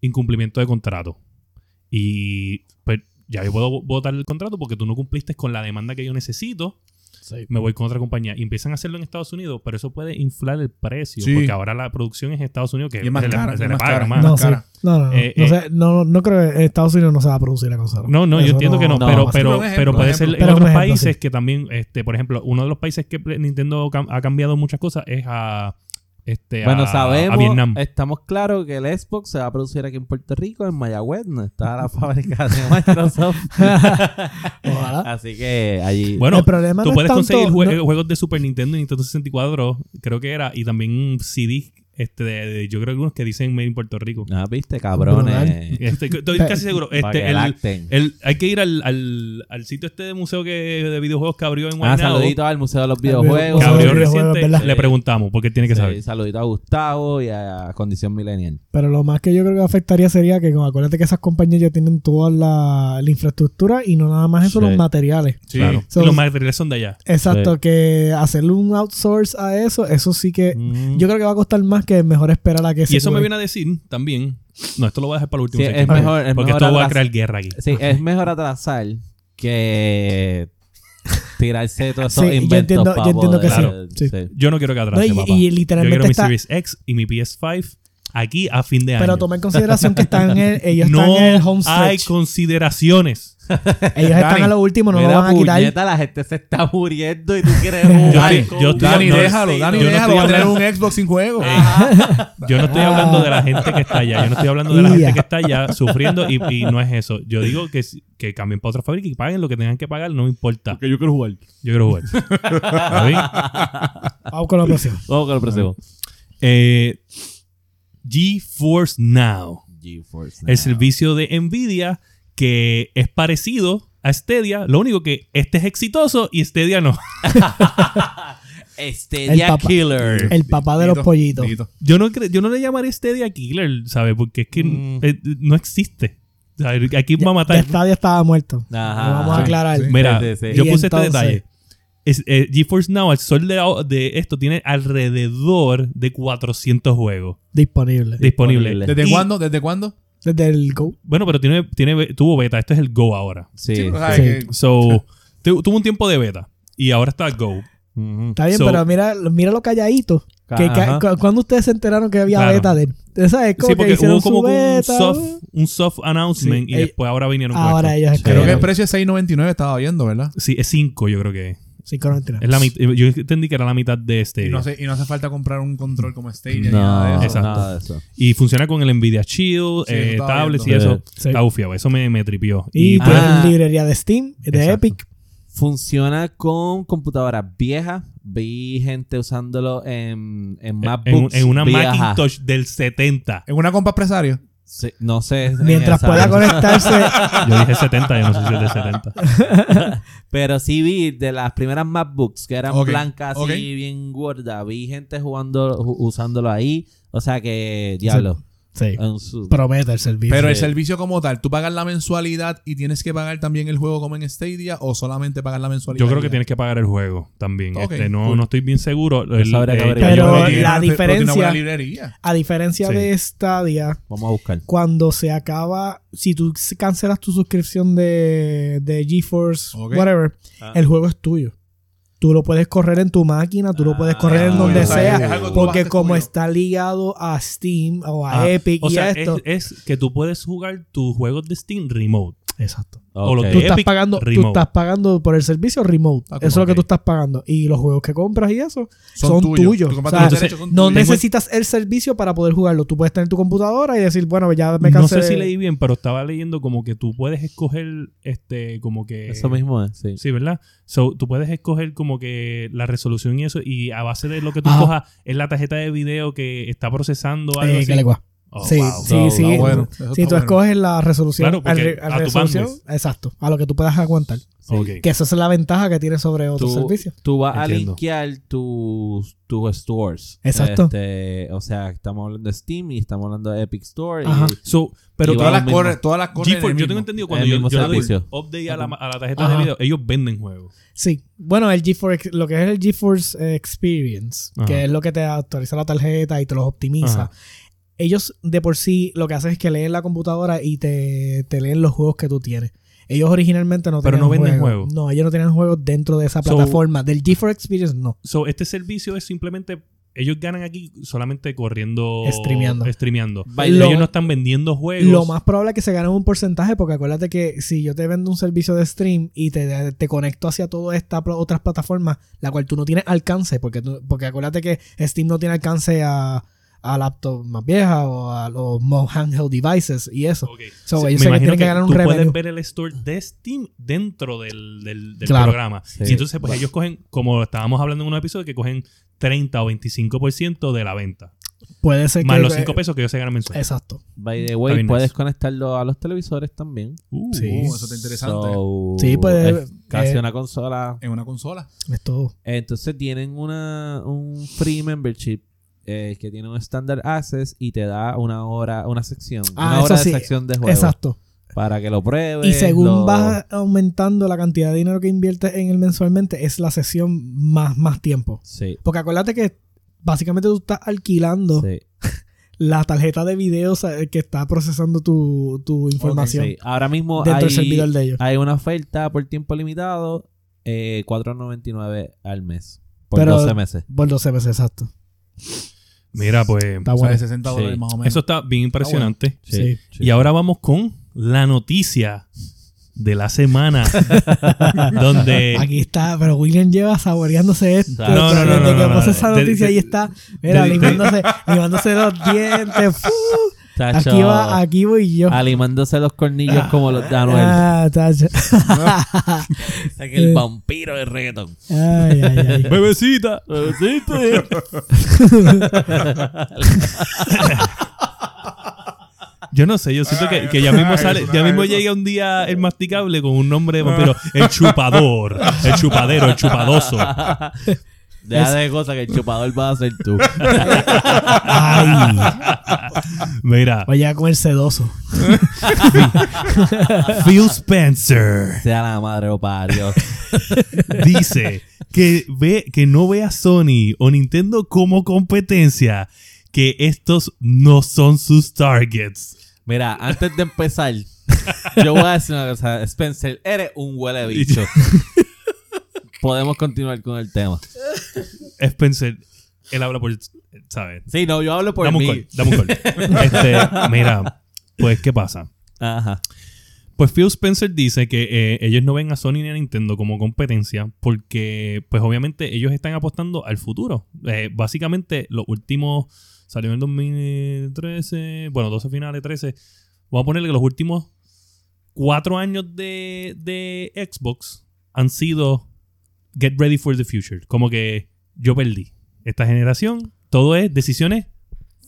S3: Incumplimiento de contrato. Y pues ya yo puedo votar el contrato porque tú no cumpliste con la demanda que yo necesito me voy con otra compañía y empiezan a hacerlo en Estados Unidos, pero eso puede inflar el precio
S4: Sí.
S3: porque ahora la producción es en Estados Unidos que
S4: Y es más
S3: se le-
S4: cara,
S3: se
S4: es
S3: le
S4: más
S3: paga
S4: cara.
S3: más.
S2: No,
S4: más
S2: sí.
S4: cara.
S2: no, no, no,
S3: Eh,
S2: no,
S3: eh.
S2: sé, no, no creo que en Estados Unidos no se va a producir la consola.
S3: No, no, yo
S2: Eso
S3: entiendo que no,
S1: no,
S3: pero,
S1: no,
S3: pero,
S4: sí, pero un
S3: pero
S4: ejemplo,
S3: puede
S4: un
S3: ser
S4: ejemplo.
S3: en
S2: Pero un
S3: otros
S2: ejemplo,
S3: países
S2: sí.
S3: que también, este, por ejemplo, uno de los países que Nintendo cam- ha cambiado muchas cosas es a, este, a-
S1: Bueno,
S3: a Vietnam.
S1: sabemos, eh, estamos claros que el Xbox se va a producir aquí en Puerto Rico, en Mayagüez, no está la fábrica de Microsoft.
S2: Ojalá.
S1: Así que allí.
S3: Bueno,
S2: el problema
S3: tú
S2: no es
S3: puedes
S2: tanto-
S3: conseguir jue-
S2: no-
S3: juegos de Super Nintendo y Nintendo 64, creo que era, y también CD, este, de- de- yo creo que unos que dicen Made in Puerto Rico.
S1: Ah, viste, cabrones.
S3: Este, estoy
S2: Pe-
S3: casi seguro.
S1: Pa' que
S3: Este, el,
S1: lacten.
S3: El- hay que ir al, al, al sitio este de museo que, de videojuegos que abrió en
S1: Ah,
S3: Guaynabo.
S1: saluditos al Museo de los
S2: video-
S1: Videojuegos.
S3: que
S2: Museo de
S3: abrió
S2: los Videojuegos,
S3: reciente.
S2: ¿verdad?
S3: Le preguntamos porque tiene que
S1: Sí,
S3: saber.
S1: saludito a Gustavo y a Condición Millennial.
S2: Pero lo más que yo creo que afectaría sería que, como, acuérdate que esas compañías ya tienen toda la, la infraestructura y no nada más eso,
S1: Sí.
S2: los materiales.
S4: Sí.
S3: Claro.
S2: So-
S3: y los materiales son de allá.
S2: Exacto, que hacerle un outsource a eso, eso sí que yo creo que va a costar más que mejor esperar a que
S3: Mm. Y eso me viene a decir también. No, esto lo voy a dejar para el último.
S1: Sí,
S3: si
S1: es
S3: quieres,
S1: mejor, es
S3: porque
S1: mejor
S3: esto va a
S1: atras-
S3: crear guerra aquí.
S1: Sí, es mejor atrasar que tirarse todos esos
S2: Sí, yo
S1: inventos.
S2: entiendo- yo
S1: para
S2: entiendo que
S3: sí,
S1: poder-
S2: sí.
S3: Yo no quiero que
S2: No,
S3: atrase,
S2: y,
S3: papá.
S2: y
S3: Yo quiero
S2: literalmente
S3: mi
S2: está,
S3: Series X y mi PS5 aquí a fin de año.
S2: Pero toma en consideración que están en el, ellos
S3: no
S2: están en el home
S3: hay
S2: stretch.
S3: consideraciones.
S2: Ellos están
S4: Dani,
S2: a lo último, no lo
S1: Mira,
S2: van a quitar.
S1: puñeta, la gente se está muriendo y tú quieres
S3: Yo
S1: jugar.
S3: estoy-
S1: con-
S3: yo estoy-
S4: Dani,
S3: no,
S4: déjalo,
S1: sí,
S4: Dani,
S3: yo no
S4: déjalo.
S3: estoy
S4: va a tener
S3: hablando-
S4: un Xbox sin juego.
S3: Yo no estoy
S2: Ah.
S3: hablando de la gente que está allá. Yo no estoy hablando de la
S2: Ya.
S3: gente que está allá sufriendo y, y no es eso. Yo digo que, si- que cambien para otra fábrica y paguen lo que tengan que pagar. No me importa.
S4: yo quiero jugar.
S3: Yo quiero jugar. ¿Está bien?
S2: Vamos con la próxima.
S1: Vamos con el próximo.
S3: Eh, GeForce Now.
S1: GeForce
S3: Ah. El
S1: Now.
S3: servicio de Nvidia que es parecido a Stadia. Lo único que este es exitoso y Stadia no.
S1: Stadia
S2: El papá-
S1: Killer.
S2: El papá de los pollitos.
S3: Yo no, cre- yo no le llamaré Stadia Killer, ¿sabes? Porque es que
S1: Mm.
S3: eh, no existe. ¿Sabes? Aquí va a matar.
S2: Ya Stadia estaba muerto.
S1: Ajá.
S2: Lo vamos a
S1: Sí,
S2: aclarar.
S4: sí.
S3: Mira,
S1: Sí, sí, sí.
S3: yo
S2: Y
S3: puse
S2: entonces-
S3: este detalle. Es, eh, GeForce Now, al sol de, a- de esto, tiene alrededor de 400 juegos
S2: Disponible.
S3: disponibles.
S1: Disponible.
S4: ¿Desde
S3: Y-
S4: cuándo? ¿Desde cuándo?
S2: Desde el Go.
S3: Bueno, pero tiene, tiene, tuvo beta. Este es el Go ahora.
S1: Sí.
S4: o sea,
S2: sí.
S4: que-
S3: So, tu- tuvo un tiempo de beta. Y ahora está Go.
S1: Ujú.
S2: Está bien,
S3: So-
S2: pero mira, mira lo calladito. Que, que-
S1: Ajá.
S2: cu- ¿Cuándo ustedes se enteraron que había
S3: Claro.
S2: beta de él? ¿Sabes? Como
S3: Sí,
S2: que
S3: porque
S2: hicieron
S3: hubo
S2: su
S3: como que un
S2: beta.
S3: soft, un soft announcement
S2: Sí,
S3: y
S2: eh,
S3: después ahora vinieron con
S2: ahora
S3: esto.
S2: ellos es
S4: Creo que el
S2: que-
S4: precio es 6.99, estaba viendo, ¿verdad?
S3: Sí, es 5 yo creo que es.
S2: 5.99.
S3: Es la mit- yo entendí que era la mitad de
S4: Y
S3: este.
S4: no, hace, y no hace falta comprar un control como Stadia ni nada de
S1: No,
S4: eso.
S3: Exacto.
S1: nada de eso.
S3: Y funciona con el Nvidia Shield,
S4: Sí,
S3: eh,
S4: eso estaba
S3: tablets y
S1: viendo.
S3: eso.
S2: Sí.
S3: Está bufiado. Eso me, me tripió.
S2: Y
S3: Y, pues,
S2: tienen
S1: Ah.
S2: librería de Steam, de
S3: Exacto.
S2: Epic.
S1: Funciona con computadoras viejas. Vi gente usándolo en, en
S3: en,
S1: MacBooks.
S3: en una
S1: Ah, viejas.
S3: Macintosh del 70.
S4: En una compa empresario.
S1: Sí, no sé. en
S2: Mientras
S1: esa-
S2: pueda conectarse.
S3: Yo dije 70, yo no sé si es de 70.
S1: Pero sí vi de las primeras MacBooks que eran
S4: Ok,
S1: blancas así
S4: ok.
S1: bien gordas. Vi gente jugando, ju- usándolo ahí. O sea que, diablo.
S2: sí,
S1: en su-
S2: promete el servicio.
S4: Pero el
S1: Sí.
S4: servicio como tal, ¿tú pagas la mensualidad y tienes que pagar también el juego como en Stadia o solamente pagas la mensualidad?
S3: Yo creo que tienes que pagar el juego también.
S4: Ok,
S3: Este, no,
S4: cool.
S3: no estoy bien seguro. El-
S1: habría que
S3: eh,
S1: averiguar.
S3: yo
S2: Pero
S3: creo que-
S2: la diferencia-
S4: Una buena librería.
S2: A diferencia
S3: Sí.
S2: de Stadia,
S1: Vamos a buscar.
S2: cuando se acaba, si tú s- cancelas tu suscripción de, de GeForce,
S4: Ok.
S2: whatever,
S1: Ah.
S2: el juego es tuyo. Tú lo puedes correr en tu máquina, tú lo puedes correr en
S4: Ah,
S2: donde
S4: o
S2: sea,
S4: sea, es algo que tú
S2: porque
S4: bajaste
S2: como
S4: tuyo.
S2: está ligado a Steam o a
S3: Ah,
S2: Epic
S3: o
S2: y
S3: sea,
S2: a esto,
S3: es, es que tú puedes jugar tus juegos de Steam remote.
S2: Exacto.
S3: O lo
S1: Ok.
S2: Tú
S3: Epic
S2: estás, pagando, tú
S3: Remote.
S2: estás pagando por el servicio remote.
S4: Ah,
S2: eso es lo que
S3: ok.
S2: tú estás pagando. Y los juegos que compras y eso son,
S4: Son tuyos.
S2: tuyos.
S4: Tú
S2: O
S4: compraste
S2: sea,
S4: los
S3: entonces,
S4: derechos, son
S2: no
S4: tuyos.
S2: necesitas el servicio para poder jugarlo. Tú puedes tener tu computadora y decir, bueno, ya me
S3: no
S2: cansé.
S3: sé si
S2: de-
S3: leí bien, pero estaba leyendo como que tú puedes escoger este como que
S1: Eso mismo es, sí.
S3: Sí, ¿verdad? So, tú puedes escoger como que la resolución y eso, y a base de lo que tú
S2: Ajá.
S3: cojas es la tarjeta de video que está procesando algo
S2: Eh,
S3: así.
S2: que le cua-
S3: Oh,
S2: sí,
S3: wow.
S2: sí,
S1: Está-
S2: sí.
S1: está
S4: Ah, bueno, eso
S2: si tú
S4: está bueno.
S2: escoges la resolución,
S3: Claro, porque
S2: al- al
S3: a tu
S2: resolución,
S3: bandwidth.
S2: exacto, a lo que tú puedas aguantar.
S3: Ok.
S2: Que esa es la ventaja que tiene sobre otros
S1: Tú,
S2: servicios.
S1: tú vas a
S3: Entiendo.
S1: linkear tus, tus stores.
S2: Exacto.
S1: Este, o sea, estamos hablando de Steam y estamos hablando de Epic Store.
S2: Ajá.
S1: Y,
S3: So, pero
S1: Y
S4: Todas
S1: va-
S4: las
S1: mismo.
S4: corre, todas las corre.
S3: GeForce, yo tengo entendido cuando
S1: el
S3: yo,
S1: mismo
S3: yo le doy
S1: servicio.
S3: update a la, a la tarjeta
S2: Ajá.
S3: de video, ellos venden juegos.
S2: Sí, bueno, el GeForce, lo que es el GeForce eh, Experience,
S3: Ajá.
S2: que es lo que te actualiza la tarjeta y te los optimiza.
S3: Ajá.
S2: Ellos de por sí lo que hacen es que leen la computadora y te, te leen los juegos que tú tienes. Ellos originalmente no
S3: Pero
S2: tenían
S3: no venden juegos.
S2: No, ellos no tenían juegos dentro de esa
S3: So-
S2: plataforma. Del GeForce Experience no.
S3: So, este servicio es simplemente ellos ganan aquí solamente corriendo
S2: Streameando.
S3: streameando.
S1: Bailo-
S3: ellos no están vendiendo juegos.
S2: Lo más probable es que se ganen un porcentaje porque acuérdate que si yo te vendo un servicio de stream y te, te conecto hacia todas estas pl- otras plataformas, la cual tú no tienes alcance, porque, tú- porque acuérdate que Steam no tiene alcance a, a laptops más viejas o a los more handheld devices y eso.
S3: Ok.
S2: So,
S3: Sí,
S2: ellos
S3: me
S2: se
S3: imagino
S2: tienen
S3: que,
S2: que ganar un
S3: tú
S2: revenue.
S3: puedes ver el store de Steam dentro del, del- del
S2: Claro.
S3: programa.
S1: Sí.
S3: Y entonces, pues
S1: Bueno.
S3: ellos cogen, como estábamos hablando en un episodio, que cogen 30 o 25% de la venta.
S2: Puede ser
S3: Más
S2: que...
S3: los 5 pesos que ellos se ganan mensual.
S2: Exacto.
S1: By the
S3: Está
S1: way,
S3: bien
S1: puedes
S3: nice.
S1: conectarlo a los televisores también.
S3: Uh,
S2: Sí.
S4: Uh, eso está interesante.
S1: So,
S2: Sí, puede-
S1: es Casi
S2: eh,
S1: una consola.
S4: En una consola.
S2: Es todo.
S1: Entonces tienen una, un free membership eh, que tiene un standard access y te da una hora, una sección.
S2: Ah,
S1: una
S2: eso
S1: hora de
S2: sí.
S1: sección de juego.
S2: Exacto.
S1: Para que lo pruebes.
S2: Y según
S1: lo-
S2: vas aumentando la cantidad de dinero que inviertes en él mensualmente, es la sesión más, más tiempo.
S1: Sí.
S2: Porque acuérdate que básicamente tú estás alquilando
S1: sí,
S2: la tarjeta de video o sea, que está procesando tu, tu información
S1: sí. Ahora mismo
S2: dentro del
S1: hay,
S2: servidor de ellos.
S1: hay una oferta por tiempo limitado, eh, 4.99 al mes. Por
S2: Pero-
S1: 12 meses.
S2: Por 12 meses, exacto.
S3: Mira, pues
S2: Está
S4: O sea,
S2: bueno.
S4: de 60 dólares
S1: Sí.
S4: más o menos.
S3: eso está bien impresionante.
S2: Sí.
S3: Y ahora vamos con la noticia de la semana. donde...
S2: Aquí está, pero William lleva saboreándose esto.
S1: Eh. No,
S3: no, no,
S2: Desde
S3: no,
S2: que
S3: no,
S2: pasa
S3: no.
S2: esa
S3: Te-
S2: noticia
S3: te-
S2: ahí está, mira,
S3: te-
S2: limándose, limándose los dientes. ¡fu!
S1: Tacho, Ah,
S2: Aquí va, aquí voy yo.
S1: Alimándose los cornillos como los de Anuel.
S2: Ah, Eh. tacho.
S1: el vampiro de reggaeton.
S2: Ay, ay, ay.
S3: Bebecita. Yo no sé, yo siento que, que ya mismo sale, ya mismo llega un día el masticable con un nombre de vampiro, el chupador, el chupadero, el chupadoso.
S1: Deja de cosas que el chupador va a ser tú.
S2: Ay.
S3: Mira,
S2: Vaya con el sedoso.
S3: Phil Spencer
S1: Sea la madre o parió.
S3: dice que ve que no ve a Sony o Nintendo como competencia, que estos no son sus targets.
S1: Mira, antes de empezar, yo voy a decir una cosa. Spencer, eres un huele bicho. Podemos continuar con el tema.
S3: Spencer, él habla por, ¿sabes?
S1: Sí, no, yo hablo por
S3: Dame un
S1: mí.
S3: call, dame un call. Este, mira, pues ¿qué pasa?
S1: Ajá.
S3: Pues Phil Spencer dice que eh, ellos no ven a Sony ni a Nintendo como competencia porque, pues obviamente, ellos están apostando al futuro. Eh, básicamente, los últimos... Salió en el 2013, bueno, 12 finales, 13. Vamos a ponerle que los últimos cuatro años de, de Xbox han sido Get Ready for the Future. Como que yo perdí esta generación. Todo es decisiones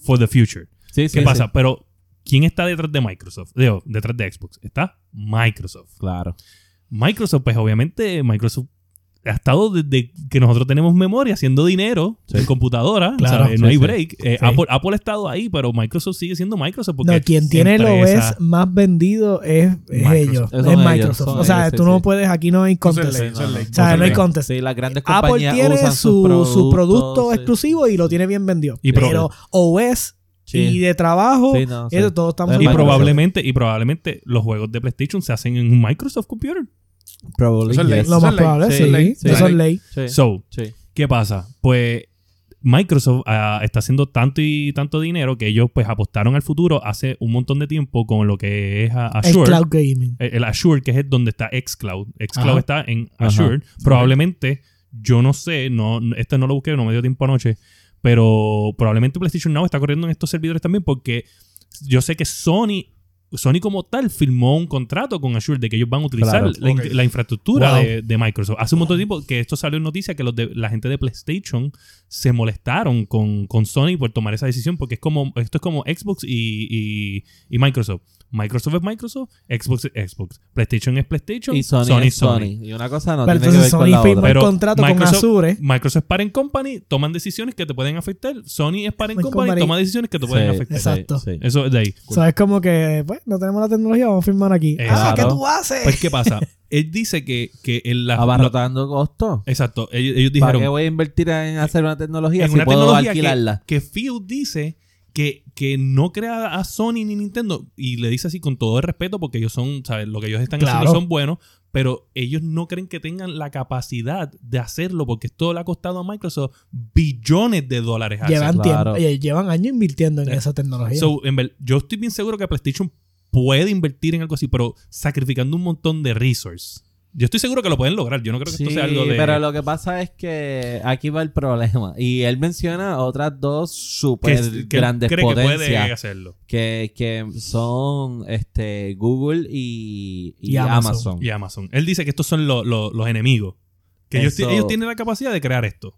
S3: for the future.
S1: Sí, sí,
S3: ¿Qué
S1: sí.
S3: pasa? Pero, ¿quién está detrás de Microsoft? Digo, detrás de Xbox. Está Microsoft.
S1: Claro.
S3: Microsoft, pues obviamente, Microsoft ha estado desde que nosotros tenemos memoria haciendo dinero
S1: Sí.
S3: en computadora.
S2: Claro,
S3: ¿sabes? no
S1: sí,
S3: hay
S1: sí.
S3: break. Eh, Apple, Apple ha estado ahí, pero Microsoft sigue siendo Microsoft. Porque
S2: No, quien tiene lo
S3: empresa-
S2: es más vendido es, es
S3: Microsoft.
S2: ellos.
S1: Son
S2: es
S1: ellos,
S2: Microsoft.
S1: son
S2: o sea,
S1: ellos, sí,
S2: tú no
S1: sí.
S2: puedes, aquí no hay
S4: Eso es
S2: contest.
S4: ley, eso es ley.
S2: O sea, no hay
S4: Ok.
S2: contest.
S1: Sí, las grandes
S2: Apple
S1: compañías
S2: tiene
S1: usan
S2: su,
S1: sus productos,
S2: su producto
S1: sí.
S2: exclusivo y lo tiene bien vendido.
S3: Y pro-
S2: pero OS y
S1: Sí.
S2: de trabajo,
S1: Sí, no, sí.
S2: eso todo estamos
S1: Y
S3: Y
S1: Microsoft.
S3: probablemente, y probablemente los juegos de PlayStation se hacen en un Microsoft Computer.
S1: Probably,
S4: Eso es ley.
S1: yes.
S2: Lo
S4: Eso
S2: más
S4: es ley,
S2: probable,
S1: sí,
S2: sí.
S1: ley, sí,
S2: Eso es
S4: ley.
S2: ley.
S1: Sí,
S3: So,
S1: sí.
S3: ¿qué pasa? Pues Microsoft ah, está haciendo tanto y tanto dinero que ellos pues apostaron al futuro hace un montón de tiempo con lo que es a-
S2: El
S3: Azure.
S2: cloud gaming.
S3: Eh, el, el Azure, que es donde está xCloud. xCloud
S2: Ajá.
S3: está en
S1: Ajá.
S3: Azure. Probablemente, yo no sé, no, no- este no lo busqué, no me dio tiempo anoche, pero probablemente PlayStation Now está corriendo en estos servidores también porque yo sé que Sony... Sony como tal firmó un contrato con Azure de que ellos van a utilizar
S1: Claro.
S3: la, in-
S4: Ok.
S3: la infraestructura
S2: Wow.
S3: de, de Microsoft. Hace un montón de tiempo que esto salió en noticia que los de, la gente de PlayStation se molestaron con, con Sony por tomar esa decisión porque es como esto es como Xbox y- y- y Microsoft. Microsoft es Microsoft, Xbox es Xbox, PlayStation es PlayStation,
S1: Y Sony,
S3: Sony
S1: es
S3: es
S1: Sony. Y una cosa no
S2: Pero
S1: tiene que ver
S2: entonces
S1: con la
S2: Sony
S1: otra.
S2: firma el
S3: Pero
S2: contrato
S3: Microsoft-
S2: con Azure.
S3: Microsoft es parent company, toman decisiones que te pueden afectar. Sony es parent
S2: Parent
S3: company,
S2: company.
S3: toma decisiones que te pueden
S1: Sí,
S3: afectar.
S1: sí,
S2: Exacto.
S1: sí.
S3: Eso es de ahí.
S2: O sea, es como que, pues, no tenemos la tecnología, vamos a firmar aquí. Ah, ¿qué
S1: Claro.
S2: tú haces?
S3: Pues, ¿qué pasa? Él dice que, que en la...
S1: Abarrotando costo.
S3: la- exacto. Ellos, ellos
S1: ¿Para qué
S3: dijeron...
S1: voy a invertir en hacer una tecnología
S3: en
S1: si
S3: una
S1: puedo
S3: tecnología
S1: alquilarla?
S3: que, que Phil dice que, que no crea a Sony ni Nintendo y le dice así con todo el respeto porque ellos son, ¿sabes? Lo que ellos están
S2: Claro.
S3: haciendo son buenos, pero ellos no creen que tengan la capacidad de hacerlo porque esto le ha costado a Microsoft billones de dólares. hacer.
S2: llevan,
S1: claro.
S2: tiempo, oye, llevan años invirtiendo en
S3: Eh,
S2: esa tecnología.
S3: So, en ver- yo estoy bien seguro que PlayStation puede invertir en algo así, pero sacrificando un montón de resources. Yo estoy seguro que lo pueden lograr. Yo no creo que esto
S1: Sí,
S3: sea algo de...
S1: pero lo que pasa es que aquí va el problema. Y él menciona otras dos
S3: que,
S1: super
S3: que
S1: grandes
S3: cree que
S1: potencias.
S3: puede hacerlo.
S1: que, que son este Google y, y
S2: Y Amazon.
S1: Amazon.
S3: y Amazon. Él dice que estos son lo- lo- los enemigos. Que ellos, ti-
S1: Eso-
S3: ellos tienen la capacidad de crear esto.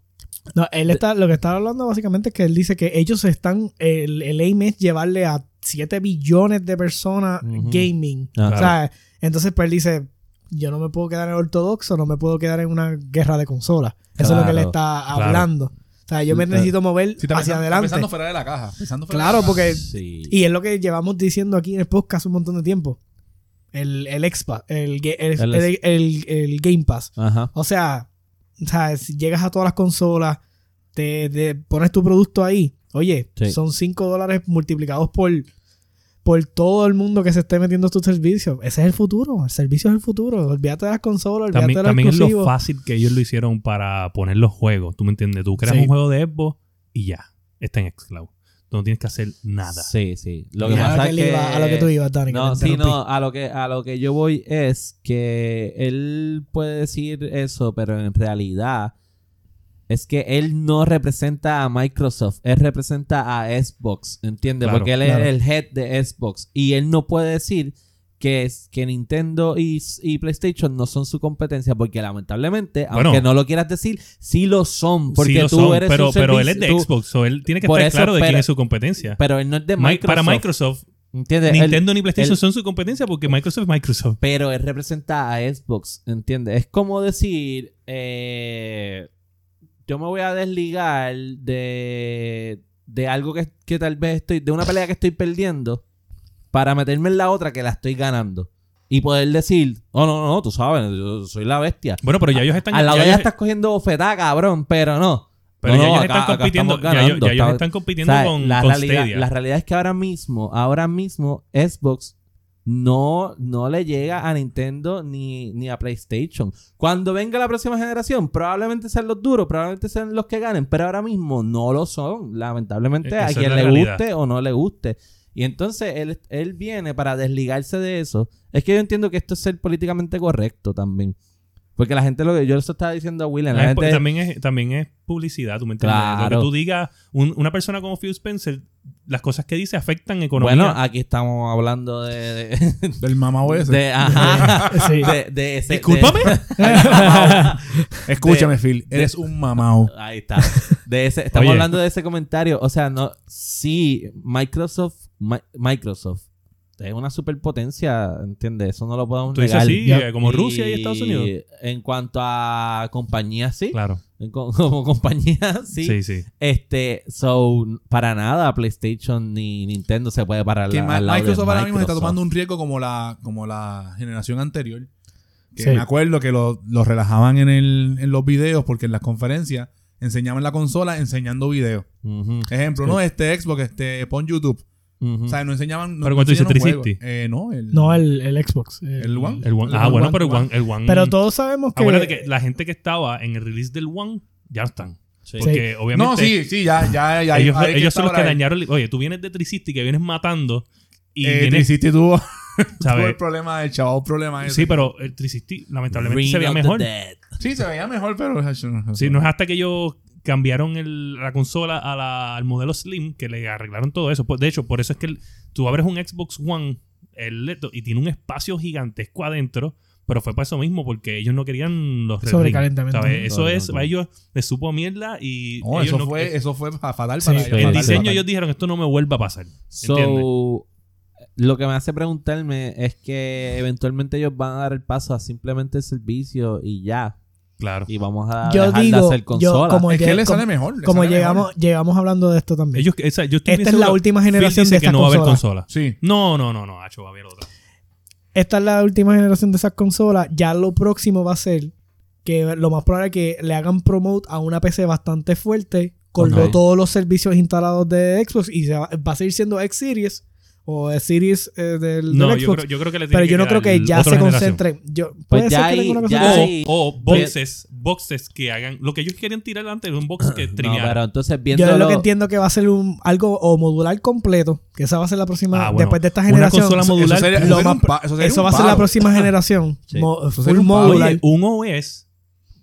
S2: No, él está, lo que está hablando básicamente es que él dice que ellos están, el, el aim es llevarle a 7 billones de personas
S1: Ujú.
S2: gaming.
S1: Ah,
S2: O sea, entonces pues él dice, yo no me puedo quedar en el ortodoxo, no me puedo quedar en una guerra de consolas. Eso es lo que él
S1: Claro,
S2: está
S3: claro.
S2: hablando. O sea, yo me
S1: Sí,
S2: necesito mover
S4: Si
S2: hacia
S4: está pensando-
S2: adelante.
S4: Pensando fuera de la caja. pensando fuera
S2: Claro,
S4: de la caja.
S2: porque
S1: sí.
S2: Y es lo que llevamos diciendo aquí en el podcast un montón de tiempo. El, el expa, el, ga- el,
S1: El-
S2: el- el- el Game Pass.
S1: Ajá.
S2: O sea, ¿sabes? llegas a todas las consolas, te, te pones tu producto ahí. Oye,
S1: Sí.
S2: son 5 dólares multiplicados por, por todo el mundo que se esté metiendo a tus servicios. Ese es el futuro. El servicio es el futuro. Olvídate de las consolas, olvídate
S3: También,
S2: de los
S3: también es lo
S2: exclusivos.
S3: fácil que ellos lo hicieron para poner los juegos. ¿Tú me entiendes? Tú creas
S2: Sí.
S3: un juego de Xbox y ya. Está en Xcloud. Tú no tienes que hacer nada.
S1: Sí, sí. Lo que
S2: Y a
S1: pasa es
S2: él
S1: que
S2: iba- a lo que tú ibas, Dani. que
S1: No,
S2: te
S1: sí,
S2: interrumpí.
S1: no, a lo, que, a lo que yo voy es que él puede decir eso, pero en realidad es que él no representa a Microsoft, él representa a Xbox, ¿entiendes?
S3: Claro,
S1: Porque él
S2: claro.
S1: es el head de Xbox y él no puede decir que, es, que Nintendo y, y PlayStation no son su competencia, porque lamentablemente,
S3: Bueno.
S1: aunque no lo quieras decir, sí lo son, porque
S3: Sí lo
S1: tú
S3: son,
S1: eres
S3: pero,
S1: un
S3: pero él
S1: servicio-
S3: es de
S1: tú-
S3: Xbox. so él tiene que
S1: Por
S3: estar
S1: eso,
S3: claro de quién
S1: pero-
S3: es su competencia.
S1: Pero él no es de
S3: Mi-
S1: Microsoft.
S3: Para Microsoft,
S1: ¿entiendes? Él-
S3: Nintendo ni PlayStation
S1: él-
S3: son su competencia porque Microsoft es Microsoft.
S1: Pero él representa a Xbox, ¿entiendes? Es como decir, eh, yo me voy a desligar de, de algo que, que tal vez estoy, de una pelea que estoy perdiendo, para meterme en la otra que la estoy ganando. Y poder decir, oh, no, no, no, tú sabes, yo soy la bestia.
S3: Bueno, pero ya ellos están...
S1: Al lado
S3: ya
S1: de ella
S3: ellos-
S1: estás cogiendo bofetada, cabrón, pero no.
S3: pero
S1: No,
S3: ya
S1: no,
S3: ellos
S1: acá-
S3: están
S1: acá
S3: compitiendo,
S1: estamos
S3: ya ellos-
S1: ganando,
S3: ya ellos
S1: estamos-
S3: están compitiendo
S1: ¿Sabes?
S3: con,
S1: la,
S3: con
S1: realidad,
S3: Stadia.
S1: la realidad es que ahora mismo, ahora mismo, Xbox no, no le llega a Nintendo ni, ni a PlayStation. Cuando venga la próxima generación, probablemente sean los duros, probablemente sean los que ganen, pero ahora mismo no lo son, lamentablemente,
S3: E- esa
S1: a
S3: es
S1: quien
S3: la
S1: le
S3: realidad.
S1: guste o no le guste. Y entonces él, él viene para desligarse de eso. Es que yo entiendo que esto es ser políticamente correcto también. Porque la gente lo que yo les estaba diciendo a William, la
S3: Ah, es por-
S1: gente
S3: también, es, también es publicidad, ¿tú me entiendes? Lo
S1: Claro.
S3: que tú digas, un- una persona como Phil Spencer, las cosas que dice afectan economía.
S1: Bueno, ah, aquí estamos hablando de. de,
S4: Del mamao ese.
S1: de- ajá.
S2: Sí.
S1: De, de ese-
S3: Discúlpame.
S1: de-
S4: Escúchame, Phil. Eres un mamao.
S1: ahí está. De ese, estamos
S3: Oye.
S1: hablando de ese comentario. O sea, no. Sí, Microsoft. Mi- Microsoft. Es una superpotencia, ¿entiendes? Eso no lo podemos
S3: Tú dices
S1: negar.
S3: así,
S2: Ya.
S3: eh, como Rusia y Estados Unidos.
S1: En cuanto a compañías, sí.
S3: Claro.
S1: En co- Como compañías, sí.
S3: Sí, sí.
S1: Este, so, para nada PlayStation ni Nintendo se puede parar
S4: Que
S1: al-
S4: Ma-
S1: al lado de
S4: Microsoft ahora mismo se está
S1: Microsoft.
S4: tomando un riesgo como la, como la generación anterior. Que
S2: Sí.
S4: me acuerdo que lo- los relajaban en, el, en los videos porque en las conferencias enseñaban la consola enseñando videos.
S1: Ujú,
S4: Ejemplo, no, este Xbox, este, pon YouTube.
S1: ujú.
S4: O sea, no enseñaban. No,
S3: ¿Pero
S4: no
S3: cuál tú dices,
S4: enseñaron juegos.
S3: 360?
S4: Eh, no, el.
S2: No, el, el Xbox.
S4: ¿El One?
S3: El One-
S4: El
S3: ah,
S4: One,
S3: bueno,
S4: One,
S3: pero el One, el One-
S2: Pero todos sabemos que...
S3: Acuérdate que la gente que estaba en el release del One ya no están.
S1: Sí.
S3: Porque obviamente.
S4: No, sí, sí, ya, ya, ya.
S3: ellos
S4: ahí es que
S3: ellos son los
S4: está
S3: que
S4: ahora él.
S3: dañaron. Oye, tú vienes de Tricisti que vienes matando. Y
S4: Eh,
S3: vienes,
S4: Tricisti tuvo, tuvo el
S3: ¿sabes?
S4: problema del chavo, problema ese.
S3: Sí, pero el Tricisti lamentablemente
S1: Ring
S3: se veía
S1: of the
S3: mejor.
S1: Dead.
S4: Sí, se veía mejor, pero...
S3: Sí, no es hasta que ellos cambiaron el- la consola a la- al modelo Slim que le arreglaron todo eso. Por- De hecho, por eso es que el- tú abres un Xbox One el LED, y tiene un espacio gigantesco adentro, pero fue para eso mismo porque ellos no querían los Red Ring,
S2: Sobrecalentamiento.
S3: ¿sabes? Eso es,
S1: Sobrecalentamiento.
S3: a ellos les supo a mierda y
S4: No,
S3: ellos
S4: eso,
S3: no-
S4: fue, eso fue fa- fatal
S2: Sí,
S4: para
S2: el
S4: ellos.
S3: el
S4: fatal,
S3: diseño
S4: fatal.
S3: ellos dijeron esto no me vuelva a pasar. ¿Entiendes?
S1: So, lo que me hace preguntarme es que eventualmente ellos van a dar el paso a simplemente el servicio y ya.
S3: Claro.
S1: Y vamos a
S2: Yo
S1: dejar de
S2: digo,
S1: hacer
S2: yo
S1: consolas.
S2: como,
S4: Es que
S2: lleg-
S4: le
S2: como-
S4: sale mejor. le
S2: como
S4: sale
S2: llegamos,
S4: mejor.
S2: llegamos hablando de esto también.
S3: Ellos, esa- yo estoy bien
S2: Esta es la
S3: seguro-
S2: última
S3: Phil
S2: generación
S3: dice
S2: de
S3: que
S2: estas
S3: no va a haber
S2: consolas.
S3: consola.
S4: Sí.
S3: No, no, no, no, Hacho, va a haber otra.
S2: Esta es la última generación de esas consolas. Ya lo próximo va a ser que lo más probable es que le hagan promote a una PC bastante fuerte con lo-
S1: Ok.
S2: todos los servicios instalados de Xbox y se va, va a seguir siendo X Series o eh, Series eh, del, del
S3: No, yo
S2: Xbox.
S3: creo, yo creo que le
S2: pero
S3: tiene
S2: yo no creo
S3: quedar
S2: que ya
S3: otra
S2: se
S3: generación.
S2: concentren. Yo, puede
S1: Pues ya
S2: ser que
S1: ahí-
S2: tenga una cosa
S1: ya
S2: así.
S1: ahí-
S3: O,
S1: Ay.
S3: o boxes, boxes que hagan. Lo que ellos querían tirar antes era un box que
S1: No,
S3: trimeara.
S1: pero entonces
S2: Yo
S1: viéndolo...
S2: lo que entiendo que va a ser un algo o modular completo, que esa va a ser la próxima
S3: Ah, bueno.
S2: después de esta
S3: Una
S2: generación.
S3: consola
S2: Eso,
S3: modular.
S4: Eso sería-
S2: Lo
S4: eso sería
S2: más
S4: un pa- eso sería un
S2: va a ser la
S4: palo.
S2: próxima generación.
S1: Sí.
S2: Mo-
S4: Eso
S2: full
S4: sería un palo.
S2: modular.
S3: Oye, un OS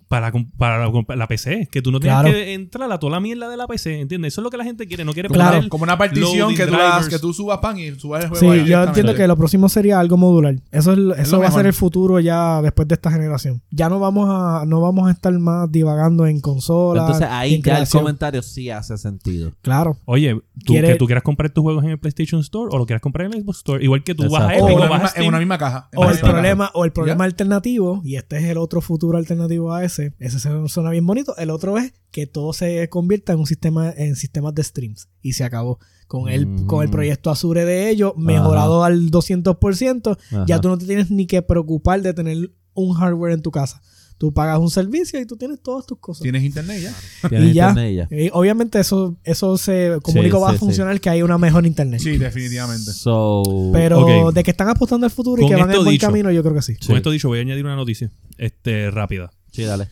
S3: para, com- para la, comp- la PC, que tú no tienes
S2: Claro.
S3: que entrar a toda la mierda de la PC, ¿entiendes? Eso es lo que la gente quiere, no quiere
S4: Como,
S2: Claro.
S4: una, como una partición
S3: Loading
S4: que tú, hagas-
S3: drivers.
S4: que tú subas pan y subas el juego.
S2: Sí,
S4: ahí
S2: yo
S4: directamente.
S2: entiendo que lo próximo sería algo modular. Eso, es, lo-
S4: Es
S2: eso
S4: lo
S2: va a ser
S4: mejor.
S2: el futuro ya después de esta generación. Ya no vamos a no vamos a estar más divagando en consolas.
S1: Entonces ahí
S2: en
S1: ya el
S2: creación.
S1: comentario sí hace sentido.
S2: Claro.
S3: Oye, tú,
S2: Quiere-
S3: que tú quieras comprar tus juegos en el PlayStation Store o lo quieras comprar en el Xbox Store, igual que tú vas a
S1: Exacto.
S4: O
S3: Epic
S4: en
S3: o
S4: una
S3: vas a
S4: misma- en
S3: Steam.
S4: una misma caja. en
S2: O
S4: una
S2: el
S4: misma caja.
S2: problema, o el problema
S4: ¿Ya?
S2: alternativo, y este es el otro futuro alternativo a ese, ese se- suena bien bonito. El otro es que todo se convierta en un sistema, en sistemas de streams. Y se acabó. Con el,
S1: Mm.
S2: con el proyecto Azure de ellos, mejorado al 200%, ya tú no te tienes ni que preocupar de tener un hardware en tu casa. Tú pagas un servicio y tú tienes todas tus cosas.
S4: Tienes internet ya.
S1: Tienes
S2: y ya.
S1: internet y ya.
S2: Eh, obviamente eso, eso se comunica
S1: Sí,
S2: va
S1: sí,
S2: a
S1: sí.
S2: funcionar que hay una mejor internet.
S4: Sí, definitivamente.
S1: So,
S2: Pero
S3: Ok.
S2: de que están apostando al futuro y
S3: Con
S2: que van en
S3: esto
S2: buen
S3: dicho.
S2: camino, yo creo que sí.
S1: Sí.
S3: Con esto dicho, voy a añadir una noticia este, rápida.
S1: sí, dale.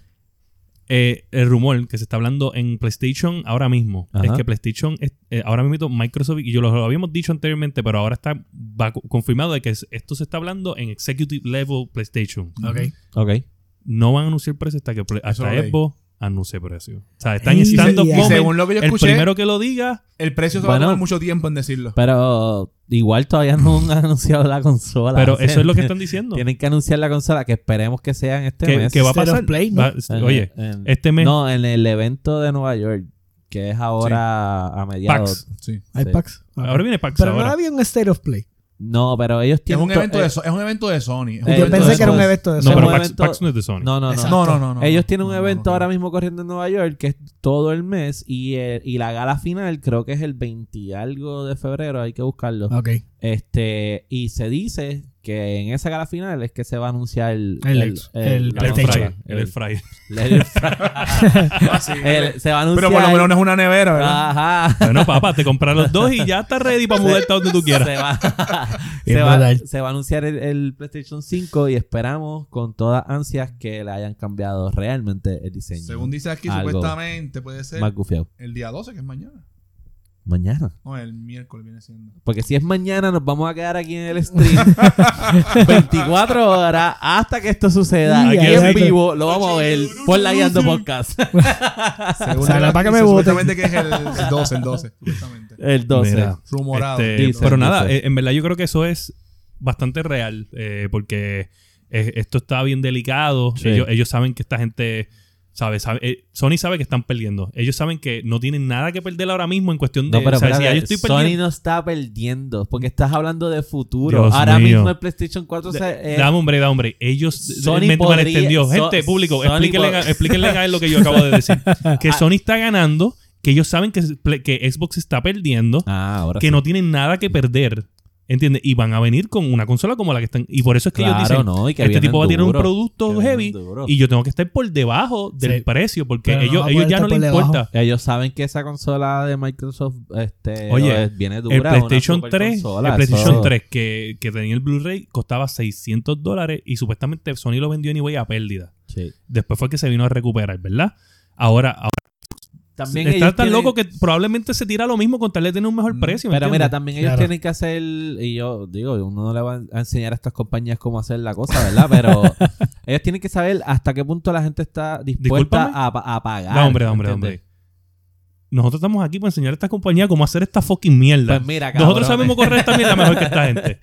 S3: Eh, el rumor que se está hablando en PlayStation ahora mismo
S1: Ajá.
S3: es que PlayStation, es- eh, ahora mismo Microsoft, y yo lo, lo habíamos dicho anteriormente, pero ahora está va- confirmado de que es- esto se está hablando en Executive Level PlayStation.
S1: Ok.
S3: No van a anunciar precio hasta que pre-
S4: Eso
S3: hasta
S4: lo leí.
S3: Xbox anuncie precio. O sea, están
S2: Y
S3: en
S2: se-
S3: stand-up
S2: y
S4: Y
S3: moment.
S4: según lo que yo
S3: el
S4: escuché,
S3: primero que lo diga,
S4: el precio se va
S1: Bueno.
S4: a tomar mucho tiempo en decirlo.
S1: Pero igual todavía no han anunciado la consola.
S3: pero
S1: O sea,
S3: eso es lo que están diciendo.
S1: Tienen que anunciar la consola, que esperemos que sea en este
S3: Que,
S1: mes.
S3: que va a
S2: State of
S3: pasar.
S2: Play, ¿no?
S3: Va- s-
S1: En-
S3: oye,
S1: en-
S3: este mes
S1: No, en el evento de Nueva York, que es ahora a mediados.
S3: PAX.
S4: Sí.
S2: Hay
S1: Sí.
S2: packs.
S3: Ahora viene PAX.
S2: Pero no
S3: ahora.
S2: había un State of Play.
S1: No, pero ellos
S4: Es
S1: tienen.
S4: un,
S1: to-
S4: evento
S1: eh,
S4: de, so- es un evento de Sony. Es un
S1: Eh,
S2: Yo
S4: evento
S2: pensé
S4: de
S2: que era un
S4: Sony.
S2: evento de
S3: No,
S2: eso.
S3: pero
S1: un
S3: PAX,
S1: evento-
S3: PAX no es de Sony.
S1: No, no, no.
S2: Exacto.
S4: No, no, no, no.
S1: Ellos tienen un evento
S4: ahora
S1: ahora mismo corriendo en Nueva York que es todo el mes y, el- y la gala final creo que es el 20 y algo de febrero, hay que buscarlo.
S4: Ah.
S2: Ok.
S1: Este, y se dice que en esa gala final es que se va a anunciar el,
S2: El ex- el
S1: la
S3: El Air
S2: PlayStation.
S1: consola.
S3: Fryer, El Air Fryer.
S1: El air fryer.
S4: Ah, sí.
S1: El- se va a anunciar.
S4: Pero por lo menos no es una nevera, ¿verdad?
S1: Ajá.
S3: Bueno, papá, te compras los dos y ya estás ready para mudarte a donde tú quieras.
S1: Se va,
S2: Es
S1: se, va,
S2: verdad.
S1: se va a anunciar el, el PlayStation 5 y esperamos con todas ansias que le hayan cambiado realmente el diseño.
S4: Según dice aquí,
S1: Algo.
S4: supuestamente puede ser
S1: Más gufiado.
S4: el día 12, que es mañana.
S1: Mañana.
S4: No, el miércoles viene siendo.
S1: Porque si es mañana, nos vamos a quedar aquí en el stream 24 horas hasta que esto suceda.
S2: Y
S1: Aquí
S2: ahí
S1: en
S2: hay otro.
S1: vivo lo vamos a ver por la guiando podcast.
S4: Según
S2: Ojalá
S4: la-
S2: para que
S4: dice
S2: me voten.
S4: Supuestamente que es el, el 12, el 12. Supuestamente.
S1: El 12.
S3: Mira.
S4: Rumorado.
S3: Este,
S1: Dicen,
S3: pero nada,
S1: dicen.
S3: eh, en verdad yo creo que eso es bastante real eh, porque eh, esto está bien delicado.
S1: Sí.
S3: Ellos, ellos saben que esta gente sabe, sabe eh, Sony sabe que están perdiendo. Ellos saben que no tienen nada que perder ahora mismo en cuestión de.
S1: No, pero
S3: o sea, si
S1: espérate,
S3: ya yo estoy
S1: Sony
S3: perdiendo.
S1: no está perdiendo porque estás hablando de futuro.
S3: Dios
S1: Ahora
S3: mío.
S1: mismo el PlayStation 4 se, eh,
S3: Dame hombre, dame hombre. Ellos eh,
S1: Sony
S3: me
S1: podría-
S3: malentendió.
S1: So-
S3: Gente, público,
S1: Sony Ah.
S3: explíquenle,
S1: pod-
S3: a, explíquenle a él lo que yo acabo de decir. Que Sony está ganando, que ellos saben que, que Xbox está perdiendo.
S1: Ah, ahora
S3: que
S1: sí.
S3: no tienen nada que perder. ¿Entiendes? Y van a venir con una consola como la que están. Y por eso es que ellos
S1: Claro,
S3: dicen,
S1: no, y que
S3: este
S1: vienen
S3: tipo va a tener un
S1: duro, que
S3: producto
S1: vienen
S3: heavy
S1: duro.
S3: y yo tengo que estar por debajo del
S2: Sí.
S3: precio porque
S2: Pero no
S3: ellos,
S2: va a
S3: ellos
S2: poder
S3: ya no
S2: estar
S3: les
S2: por debajo.
S3: importa.
S1: Ellos saben que esa consola de Microsoft este,
S3: Oye,
S1: es- viene dura.
S3: El
S1: es una
S3: PlayStation 3,
S1: superconsola,
S3: el PlayStation
S1: eso-
S3: 3 que, que tenía el Blu-ray costaba 600 dólares y supuestamente Sony lo vendió anyway a pérdida.
S1: Sí.
S3: Después fue que se vino a recuperar, ¿verdad? Ahora, ahora
S1: También
S3: Está
S1: ellos
S3: tan
S1: tienen- Mm,
S3: loco que probablemente se tira lo mismo con tal de tener un mejor precio. ¿me
S1: Pero mira,
S3: entiendes?
S1: también ellos
S2: Claro.
S1: tienen que hacer, y yo digo, uno no le va a enseñar a estas compañías cómo hacer la cosa, ¿verdad? Pero ellos tienen que saber hasta qué punto la gente está dispuesta
S3: Discúlpame.
S1: a, pa- a pagar.
S3: No, hombre, hombre,
S1: ¿entiendes?
S3: hombre. Nosotros estamos aquí para enseñar a esta compañía cómo hacer esta fucking mierda.
S1: Pues mira, cabrón,
S3: Nosotros sabemos correr esta mierda mejor que esta gente.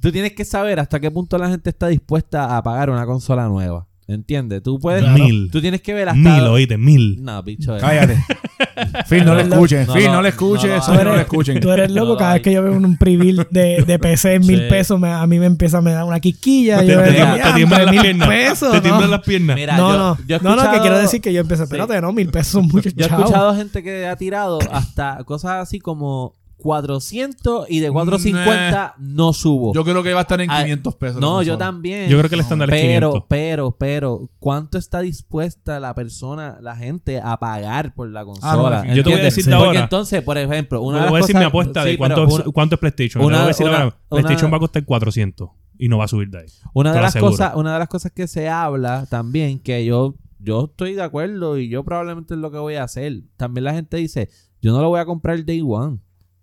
S1: Tú tienes que saber hasta qué punto la gente está dispuesta a pagar una consola nueva. ¿Entiendes? Tú puedes...
S2: Claro.
S3: Mil.
S1: Tú tienes que ver hasta...
S3: Mil, oíste, mil.
S1: No, bicho. eh.
S4: Cállate. Phil, no le
S1: No,
S4: escuchen.
S1: no,
S4: Phil,
S1: no,
S4: no le
S1: no,
S4: escuchen.
S1: no,
S4: Eso no
S2: no.
S4: le escuchen.
S2: Tú eres
S1: No
S2: loco,
S1: lo
S2: cada
S1: hay.
S2: vez que yo veo un preview de, de PC en mil
S1: Sí.
S2: pesos, me- a mí me empieza a me dar una quisquilla.
S3: Te,
S2: Yo
S3: te-
S2: digo,
S1: digo,
S3: te tiemblan
S2: "Diantre,
S3: las
S2: mil
S3: piernas.
S2: pesos,
S3: te
S2: ¿no?"
S3: tiemblan las piernas.
S1: Mira,
S2: no,
S1: yo-
S2: no,
S1: yo he
S2: no, no, que
S1: escuchado-
S2: quiero decir que yo empecé, espérate, no, mil pesos son muchos
S1: Yo he
S2: chavos.
S1: escuchado gente que ha tirado hasta cosas así como 400 y de 450 no subo.
S4: Yo creo que va a estar en
S1: Ah,
S4: 500 pesos.
S1: no,
S4: la
S1: yo
S4: consola.
S1: también.
S3: Yo creo que el estándar es
S1: Pero,
S3: 500.
S1: pero, pero, ¿cuánto está dispuesta la persona, la gente, a pagar por la consola?
S4: Ah, no,
S1: ¿Entiendes?
S3: yo te voy a decir de
S1: Porque
S3: ahora.
S1: entonces, por ejemplo, una de
S3: Voy
S1: las
S3: a decir
S1: cosas-
S3: mi apuesta
S1: sí,
S3: de cuánto,
S1: pero
S3: es- cuánto es PlayStation.
S1: una-
S3: Una, voy a decir
S1: una-
S3: ahora,
S1: una-
S3: PlayStation va a costar 400 y no va a subir de ahí.
S1: Una
S3: Te
S1: de
S3: lo
S1: las
S3: aseguro.
S1: cosas, una de las cosas que se habla también, que yo, yo estoy de acuerdo y yo probablemente es lo que voy a hacer. También la gente dice, yo no lo voy a comprar el day one.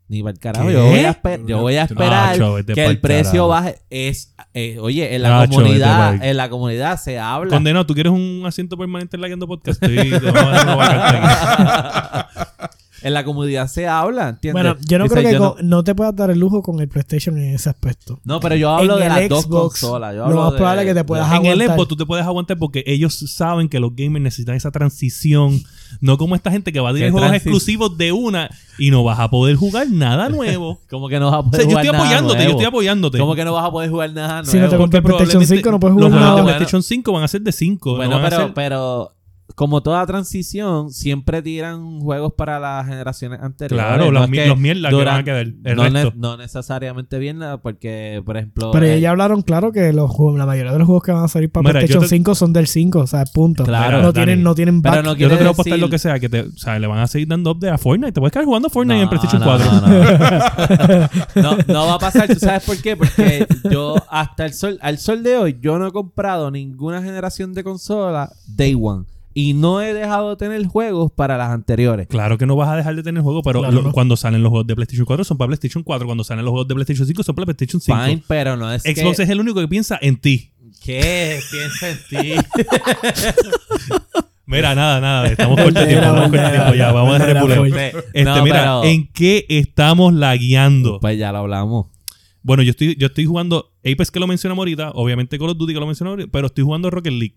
S1: Ni para el carajo. Yo
S2: ¿Qué?
S1: voy a, esper- yo voy a esperar
S3: Nacho, Ah, vete
S1: que
S3: pa'l
S1: el precio
S3: carajo.
S1: baje. Es, eh, oye, en la
S3: Nacho, vete
S1: comunidad,
S3: pa'l-
S1: en la comunidad se habla.
S3: Condenado, ¿tú quieres un asiento permanente en la Guiando Podcast? Estoy, te vamos a dar una vacante aquí.
S1: en la comunidad se habla, ¿entiendes?
S2: Bueno, yo no
S1: Dice,
S2: creo que
S1: yo
S2: con- no... te puedas dar el lujo con el PlayStation en ese aspecto.
S1: No, pero yo hablo
S2: En
S1: de
S2: el
S1: las dos
S2: Xbox,
S1: consolas. Yo
S2: lo
S1: hablo
S2: más
S1: de-
S2: probable es que te
S1: de-
S2: puedas-
S3: En el
S2: aguantar.
S3: Xbox tú te puedes aguantar porque ellos saben que los gamers necesitan esa transición. No como esta gente que va a tener
S1: ¿Qué
S3: juegos
S1: transi-
S3: exclusivos de una y no vas a poder jugar nada nuevo.
S1: Como que no vas a
S3: O
S1: poder
S3: sea, yo
S1: jugar
S3: estoy
S1: nada
S3: apoyándote, yo
S1: nuevo.
S3: estoy apoyándote.
S1: Como que no vas a poder jugar nada
S2: Si no te
S1: nuevo.
S2: compras PlayStation
S3: probablemente
S2: 5 no puedes
S3: los
S2: jugar
S3: juegos de
S2: nada.
S1: Bueno.
S3: PlayStation 5 van a ser de 5.
S1: Bueno,
S3: van a
S1: pero,
S3: ser-
S1: pero como toda transición, siempre tiran juegos para las generaciones anteriores.
S3: Claro,
S1: No
S3: los,
S1: es
S3: mi-
S1: que
S3: los mierdas que van a
S1: duran-
S3: quedar. El
S1: no, ne-
S3: resto.
S1: no necesariamente bien, nada, porque, por ejemplo...
S2: Pero
S1: eh,
S2: ya hablaron claro que los juegos, la mayoría de los juegos que van a salir para
S3: Mira, yo
S2: PlayStation
S3: te-
S2: 5 son del 5, o sea, punto.
S1: Claro,
S2: no
S3: Dani.
S2: tienen, no tienen
S1: Pero
S2: back.
S1: no
S3: Yo
S1: quiere
S3: te quiero apostar
S1: decir-
S3: lo que sea, que te, o sea, le van a seguir dando update a Fortnite. Te puedes quedar jugando Fortnite
S1: No,
S3: en PlayStation
S1: no,
S3: 4.
S1: No, no, no. No, no va a pasar. ¿Tú sabes por qué? Porque yo hasta el sol, al sol de hoy, yo no he comprado ninguna generación de consola Day One. Y no he dejado de tener juegos para las anteriores.
S3: Claro que no vas a dejar de tener juego, pero
S2: Claro,
S3: lo-
S2: no.
S3: cuando salen los juegos de PlayStation 4 son para PlayStation 4. Cuando salen los juegos de PlayStation 5 son para PlayStation 5.
S1: Fine, pero no
S4: Pues
S1: es
S3: Xbox
S1: que...
S3: es el único que piensa en ti.
S1: ¿Qué? Piensa en ti.
S3: Mira, nada, nada. Estamos corto de tiempo,
S2: Bandera, bandera,
S3: estamos corto de tiempo. Ya, vamos a
S2: bandera,
S3: repulero.
S2: Fortnite.
S1: Este,
S3: Este,
S1: no,
S3: mira,
S1: pero-
S3: ¿en qué estamos lagueando?
S1: Pues ya lo hablamos.
S3: Bueno, yo estoy, yo estoy jugando Apex que lo mencionamos ahorita, obviamente Call of Duty que lo mencionamos ahorita, pero estoy jugando Rocket League.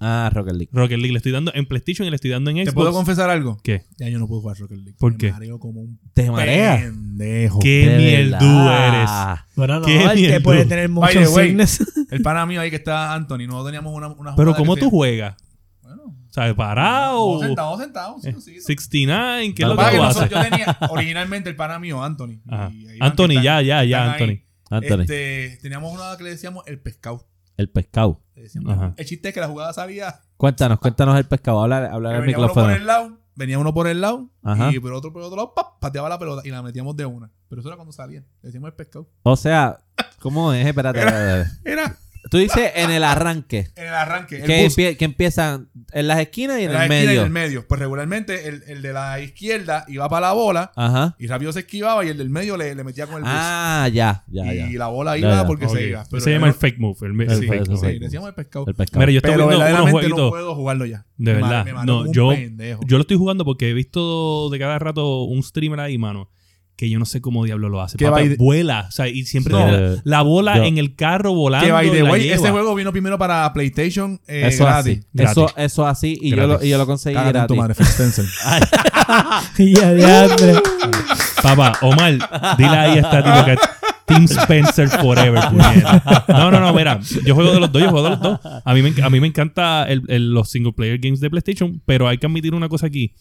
S1: Ah, Rocket League.
S3: Rocket League le estoy dando en PlayStation y le estoy dando en Xbox.
S4: ¿Te puedo confesar algo?
S3: ¿Qué?
S4: Ya yo no puedo jugar Rocket League.
S3: ¿Por
S4: Me
S3: qué?
S4: mareo como un
S1: ¿Te
S4: Pues,
S1: marea?
S4: pendejo.
S3: ¿Qué
S1: De
S3: mierdu eres?
S1: verdad.
S2: Bueno, no,
S3: Qué
S2: el que
S3: mierda.
S2: puede tener muchos
S4: the way.
S2: signos.
S4: El pana mío ahí que está Anthony, no teníamos una, una
S3: Pero
S4: jugada
S3: ¿cómo
S4: que
S3: tú
S4: se-
S3: juegas?
S4: Bueno,
S3: ¿Sabes? Parado.
S4: no, sentado, sentado, sí, sí.
S3: 69, ¿qué es
S1: No,
S3: lo
S4: Lo que pasa
S3: que tú
S4: es que nosotros-
S3: haces?
S4: yo tenía originalmente el pana mío, Anthony. y
S3: Ajá.
S4: ahí van que
S3: Anthony,
S4: están-
S3: ya, ya, ya,
S4: están
S3: Anthony.
S4: ahí.
S1: Anthony,
S4: Este, teníamos una que le decíamos el pescado.
S1: el pescado.
S4: Le decíamos.
S3: Ajá.
S4: El chiste es que la jugada salía.
S1: Cuéntanos, cuéntanos el pescado. Habla, habla
S4: que
S1: al
S4: venía uno por
S1: micrófono.
S4: el lado, venía uno por el lado,
S1: Ajá.
S4: y por otro, por otro lado, ¡pap! pateaba la pelota y la metíamos de una. Pero eso era cuando salía. Le decíamos el pescado.
S1: O sea, ¿cómo es? Espérate, espérate, espérate.
S4: Era
S1: Tú dices en el arranque.
S4: en el arranque. El
S1: Que,
S4: bus,
S1: empie- que empiezan en las esquinas y en,
S4: en la
S1: el
S4: esquina y
S1: medio.
S4: en el medio. Pues regularmente el, el de la izquierda iba para la bola
S1: Ajá.
S4: y rápido se esquivaba y el del medio le, le metía con el bus.
S1: Ah, ya, ya,
S4: y
S1: ya.
S4: la bola
S1: Ya,
S4: iba
S1: ya.
S4: porque
S3: Ok.
S4: se iba. Pero
S3: se llama
S4: era-
S3: el fake move. el me-
S1: El
S3: sí,
S1: fake
S3: ok.
S1: move.
S4: Sí, decíamos el pescado.
S1: El pescado.
S3: Mira, yo estoy
S4: Pero
S3: viendo unos
S4: verdaderamente
S3: jueguitos.
S4: no puedo jugarlo ya.
S3: De
S4: Me mar-
S3: verdad.
S4: me mareo
S3: No,
S4: como un
S3: yo-
S4: pendejo.
S3: Yo lo estoy jugando porque he visto de cada rato un streamer ahí, mano, que yo no sé cómo diablo lo hace.
S4: Que
S3: Papá,
S4: by the-
S3: vuela. O sea, y siempre
S1: No.
S3: tiene la, la bola
S1: Yo-
S3: en el carro volando.
S4: Que by the
S3: la
S4: way,
S3: lleva.
S4: ese juego vino primero para PlayStation eh,
S1: eso
S4: gratis.
S1: así. Eso,
S3: Gratis.
S1: eso así. Y yo, lo, y yo lo conseguí
S4: Cágate en tu
S1: gratis.
S4: madre, Phil Spencer.
S2: Y adiantre.
S3: Papá, Omar, dile ahí a este tipo que Team Spencer Forever. puñeta. No, no, no, mira. Yo juego de los dos, yo juego de los dos. A mí me, enc- a mí me encanta el- el- los single player games de PlayStation, pero hay que admitir una cosa aquí.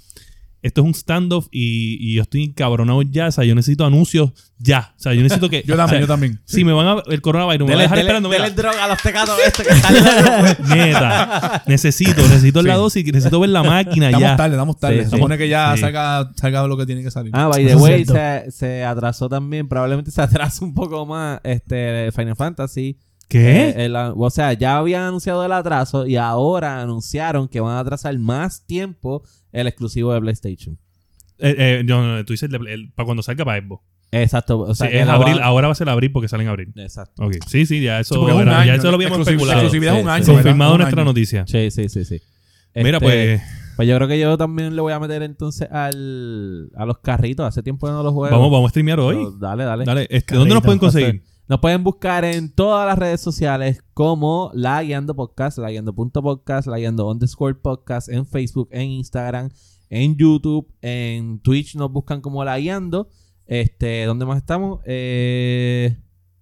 S3: Esto es un standoff y, y yo estoy encabronado ya. O sea, yo necesito anuncios ya. O sea, yo necesito que.
S4: Yo
S3: o sea,
S4: también, yo también.
S3: Si me van a. El coronavirus me va
S1: Dele,
S3: a dejar
S1: dele-
S3: esperando. mira.
S1: dele droga a los tecatos este que están locos.
S3: Neta, necesito, necesito la dosis, necesito ver la máquina
S4: Estamos
S3: ya.
S4: tarde, estamos tarde.
S1: Sí,
S4: Se
S1: sí.
S4: supone que ya
S3: Sí.
S4: salga, salga lo que tiene que salir.
S1: Ah, by the
S2: Eso es
S1: way, se,
S2: cierto.
S1: se atrasó también. Probablemente se atrasó un poco más este Final Fantasy.
S3: ¿Qué?
S1: Eh, el- o sea, ya habían anunciado el atraso y ahora anunciaron que van a atrasar más tiempo el exclusivo de PlayStation.
S3: Eh, eh, no, no, no, tú dices para cuando salga para Xbox.
S1: Exacto. O sea,
S3: Sí,
S1: que
S3: es
S1: no
S3: abril,
S1: va-
S3: ahora va a ser abril porque sale en abril.
S1: Exacto.
S3: Ok, sí, sí, ya eso,
S4: porque es un
S3: era- ya
S4: año.
S3: eso lo habíamos
S4: Exclusiv-
S3: especulado.
S4: Exclusividad es un
S1: Sí,
S4: año.
S1: sí.
S4: ¿verdad?
S3: Confirmado
S4: Un
S3: nuestra
S4: año.
S3: noticia.
S1: Sí, sí, sí, sí.
S3: Mira,
S1: Este,
S3: pues
S1: Pues yo creo que yo también le voy a meter entonces al, a los carritos. Hace tiempo que no los juego.
S3: vamos, vamos a streamear hoy.
S1: Pero Dale, dale.
S3: Dale, este, ¿dónde nos pueden conseguir?
S1: Nos pueden buscar en todas las redes sociales como La Guiando Podcast, La Guiando.podcast, La Guiando underscore podcast, en Facebook, en Instagram, en YouTube, en Twitch nos buscan como La Guiando. Este, ¿dónde más estamos? Eh,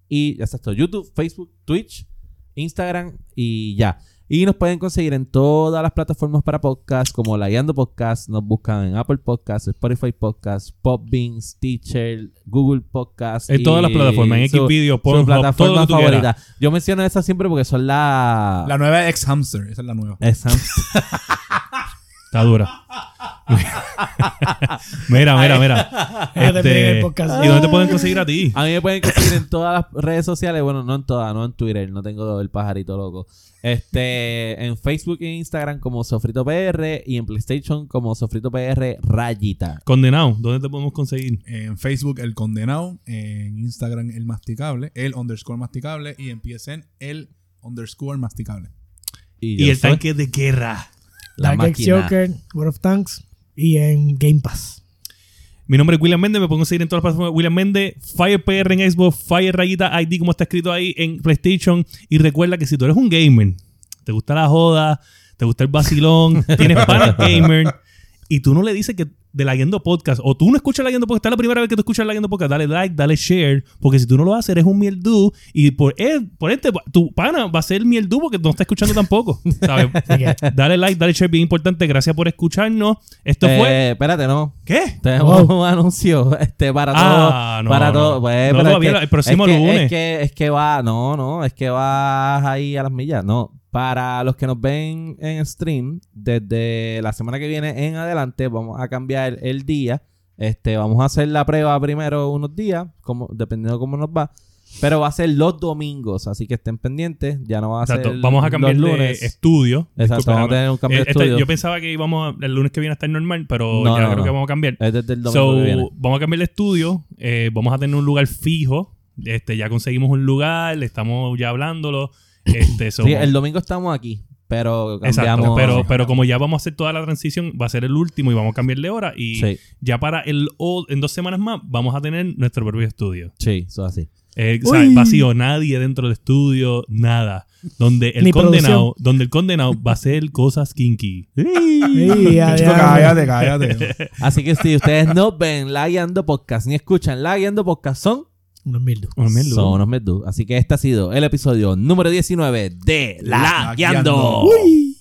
S1: y ya está esto, YouTube, Facebook, Twitch, Instagram y ya. Y nos pueden conseguir en todas las plataformas para podcast, como La Guiando Podcast, nos buscan en Apple Podcast, Spotify Podcast, Popbean, Teacher, Google Podcast.
S3: En todas las
S1: y
S3: plataformas, en
S1: su-
S3: Xvideos,
S1: su
S3: Pornhub, todo lo
S1: plataforma
S3: que tú quieras.
S1: favorita. Yo menciono esas siempre porque son la...
S4: La nueva ex hamster, esa es la nueva.
S1: Esa-
S3: Está dura. mira, mira, mira.
S2: Ya te pegué
S3: Este,
S2: el podcast.
S3: ¿Y dónde te pueden conseguir a ti?
S1: A mí me pueden conseguir en todas las redes sociales. Bueno, no en todas, no en Twitter. No tengo el pajarito loco. Este, en Facebook e Instagram como Sofrito PR y en PlayStation como Sofrito PR Rayita.
S3: Condenado, ¿dónde te podemos conseguir?
S4: En Facebook, el condenado. En Instagram, el masticable. El underscore masticable. Y en PSN, el underscore masticable.
S3: Y
S1: yo
S3: el
S1: soy
S3: tanque de guerra.
S1: la
S2: Dark X
S1: máquina.
S2: Joker, World of Tanks y en Game Pass.
S3: Mi nombre es William Méndez, me pueden conseguir en todas las plataformas. William Méndez, FirePR en Xbox, Fire Rayita ID, como está escrito ahí en PlayStation. Y recuerda que si tú eres un gamer, te gusta la joda, te gusta el vacilón, tienes panas gamer, y tú no le dices que de la Yendo Podcast, o tú no escuchas la Yendo Podcast, esta es la primera vez que tú escuchas la Yendo Podcast, dale like, dale share, porque si tú no lo haces, eres un mierdú, y por, él, por este, tu pana va a ser mierdú porque no está escuchando tampoco, ¿sabes?
S2: Así que,
S3: Dale like, dale share, bien importante, gracias por escucharnos. Esto
S1: Eh,
S3: fue...
S1: Espérate, no.
S3: ¿Qué?
S1: Tenemos
S2: Wow.
S1: un anuncio este, para
S3: Ah,
S1: todo.
S3: no,
S1: para
S3: no.
S1: todo. Pues, pero
S3: No,
S1: es
S3: todavía,
S1: que-
S3: el próximo
S1: es que-
S3: lunes.
S1: Es que, es que va, no, no, es que vas ahí a las millas. No, para los que nos ven en stream, desde la semana que viene en adelante, vamos a cambiar el día. Este, vamos a hacer la prueba primero unos días, como, dependiendo cómo nos va. Pero va a ser los domingos, así que estén pendientes. Ya no va a
S3: Exacto.
S1: ser
S3: Vamos a cambiar
S1: los
S3: de
S1: lunes.
S3: estudio.
S1: Exacto,
S3: Disculpa,
S1: vamos a
S3: Rafa.
S1: tener un cambio
S3: Eh,
S1: de
S3: esta-
S1: estudio.
S3: yo pensaba que íbamos a- el lunes que viene a estar normal, pero
S1: No,
S3: ya
S1: no,
S3: creo que
S1: no.
S3: vamos a cambiar.
S1: Es desde el domingo
S3: So,
S1: que viene.
S3: vamos a cambiar de estudio. eh, vamos a tener un lugar fijo. Este, ya conseguimos un lugar, estamos ya hablándolo. Este, so-
S1: Sí, el domingo estamos aquí, pero cambiamos.
S3: Exacto, pero, pero como ya vamos a hacer toda la transición, va a ser el último y vamos a cambiar de hora. Y
S1: Sí,
S3: ya para el o- en dos semanas más vamos a tener nuestro propio estudio.
S1: sí, eso es así.
S3: Eh, o sea,
S2: Uy.
S3: vacío, nadie dentro del estudio, nada. Donde el
S2: Ni
S3: condenado, donde el condenado va a hacer cosas kinky.
S2: y ya,
S4: Chico,
S2: ya.
S4: cállate, cállate.
S1: Así que si ustedes no ven la guiando podcast ni escuchan la guiando podcast, son,
S2: Unos mil dólares.
S3: Unos mil
S1: son
S3: dólares.
S1: unos medú. Así que este ha sido el episodio número 19 de La,
S4: La
S1: guiando.
S4: Guiando.
S2: Uy.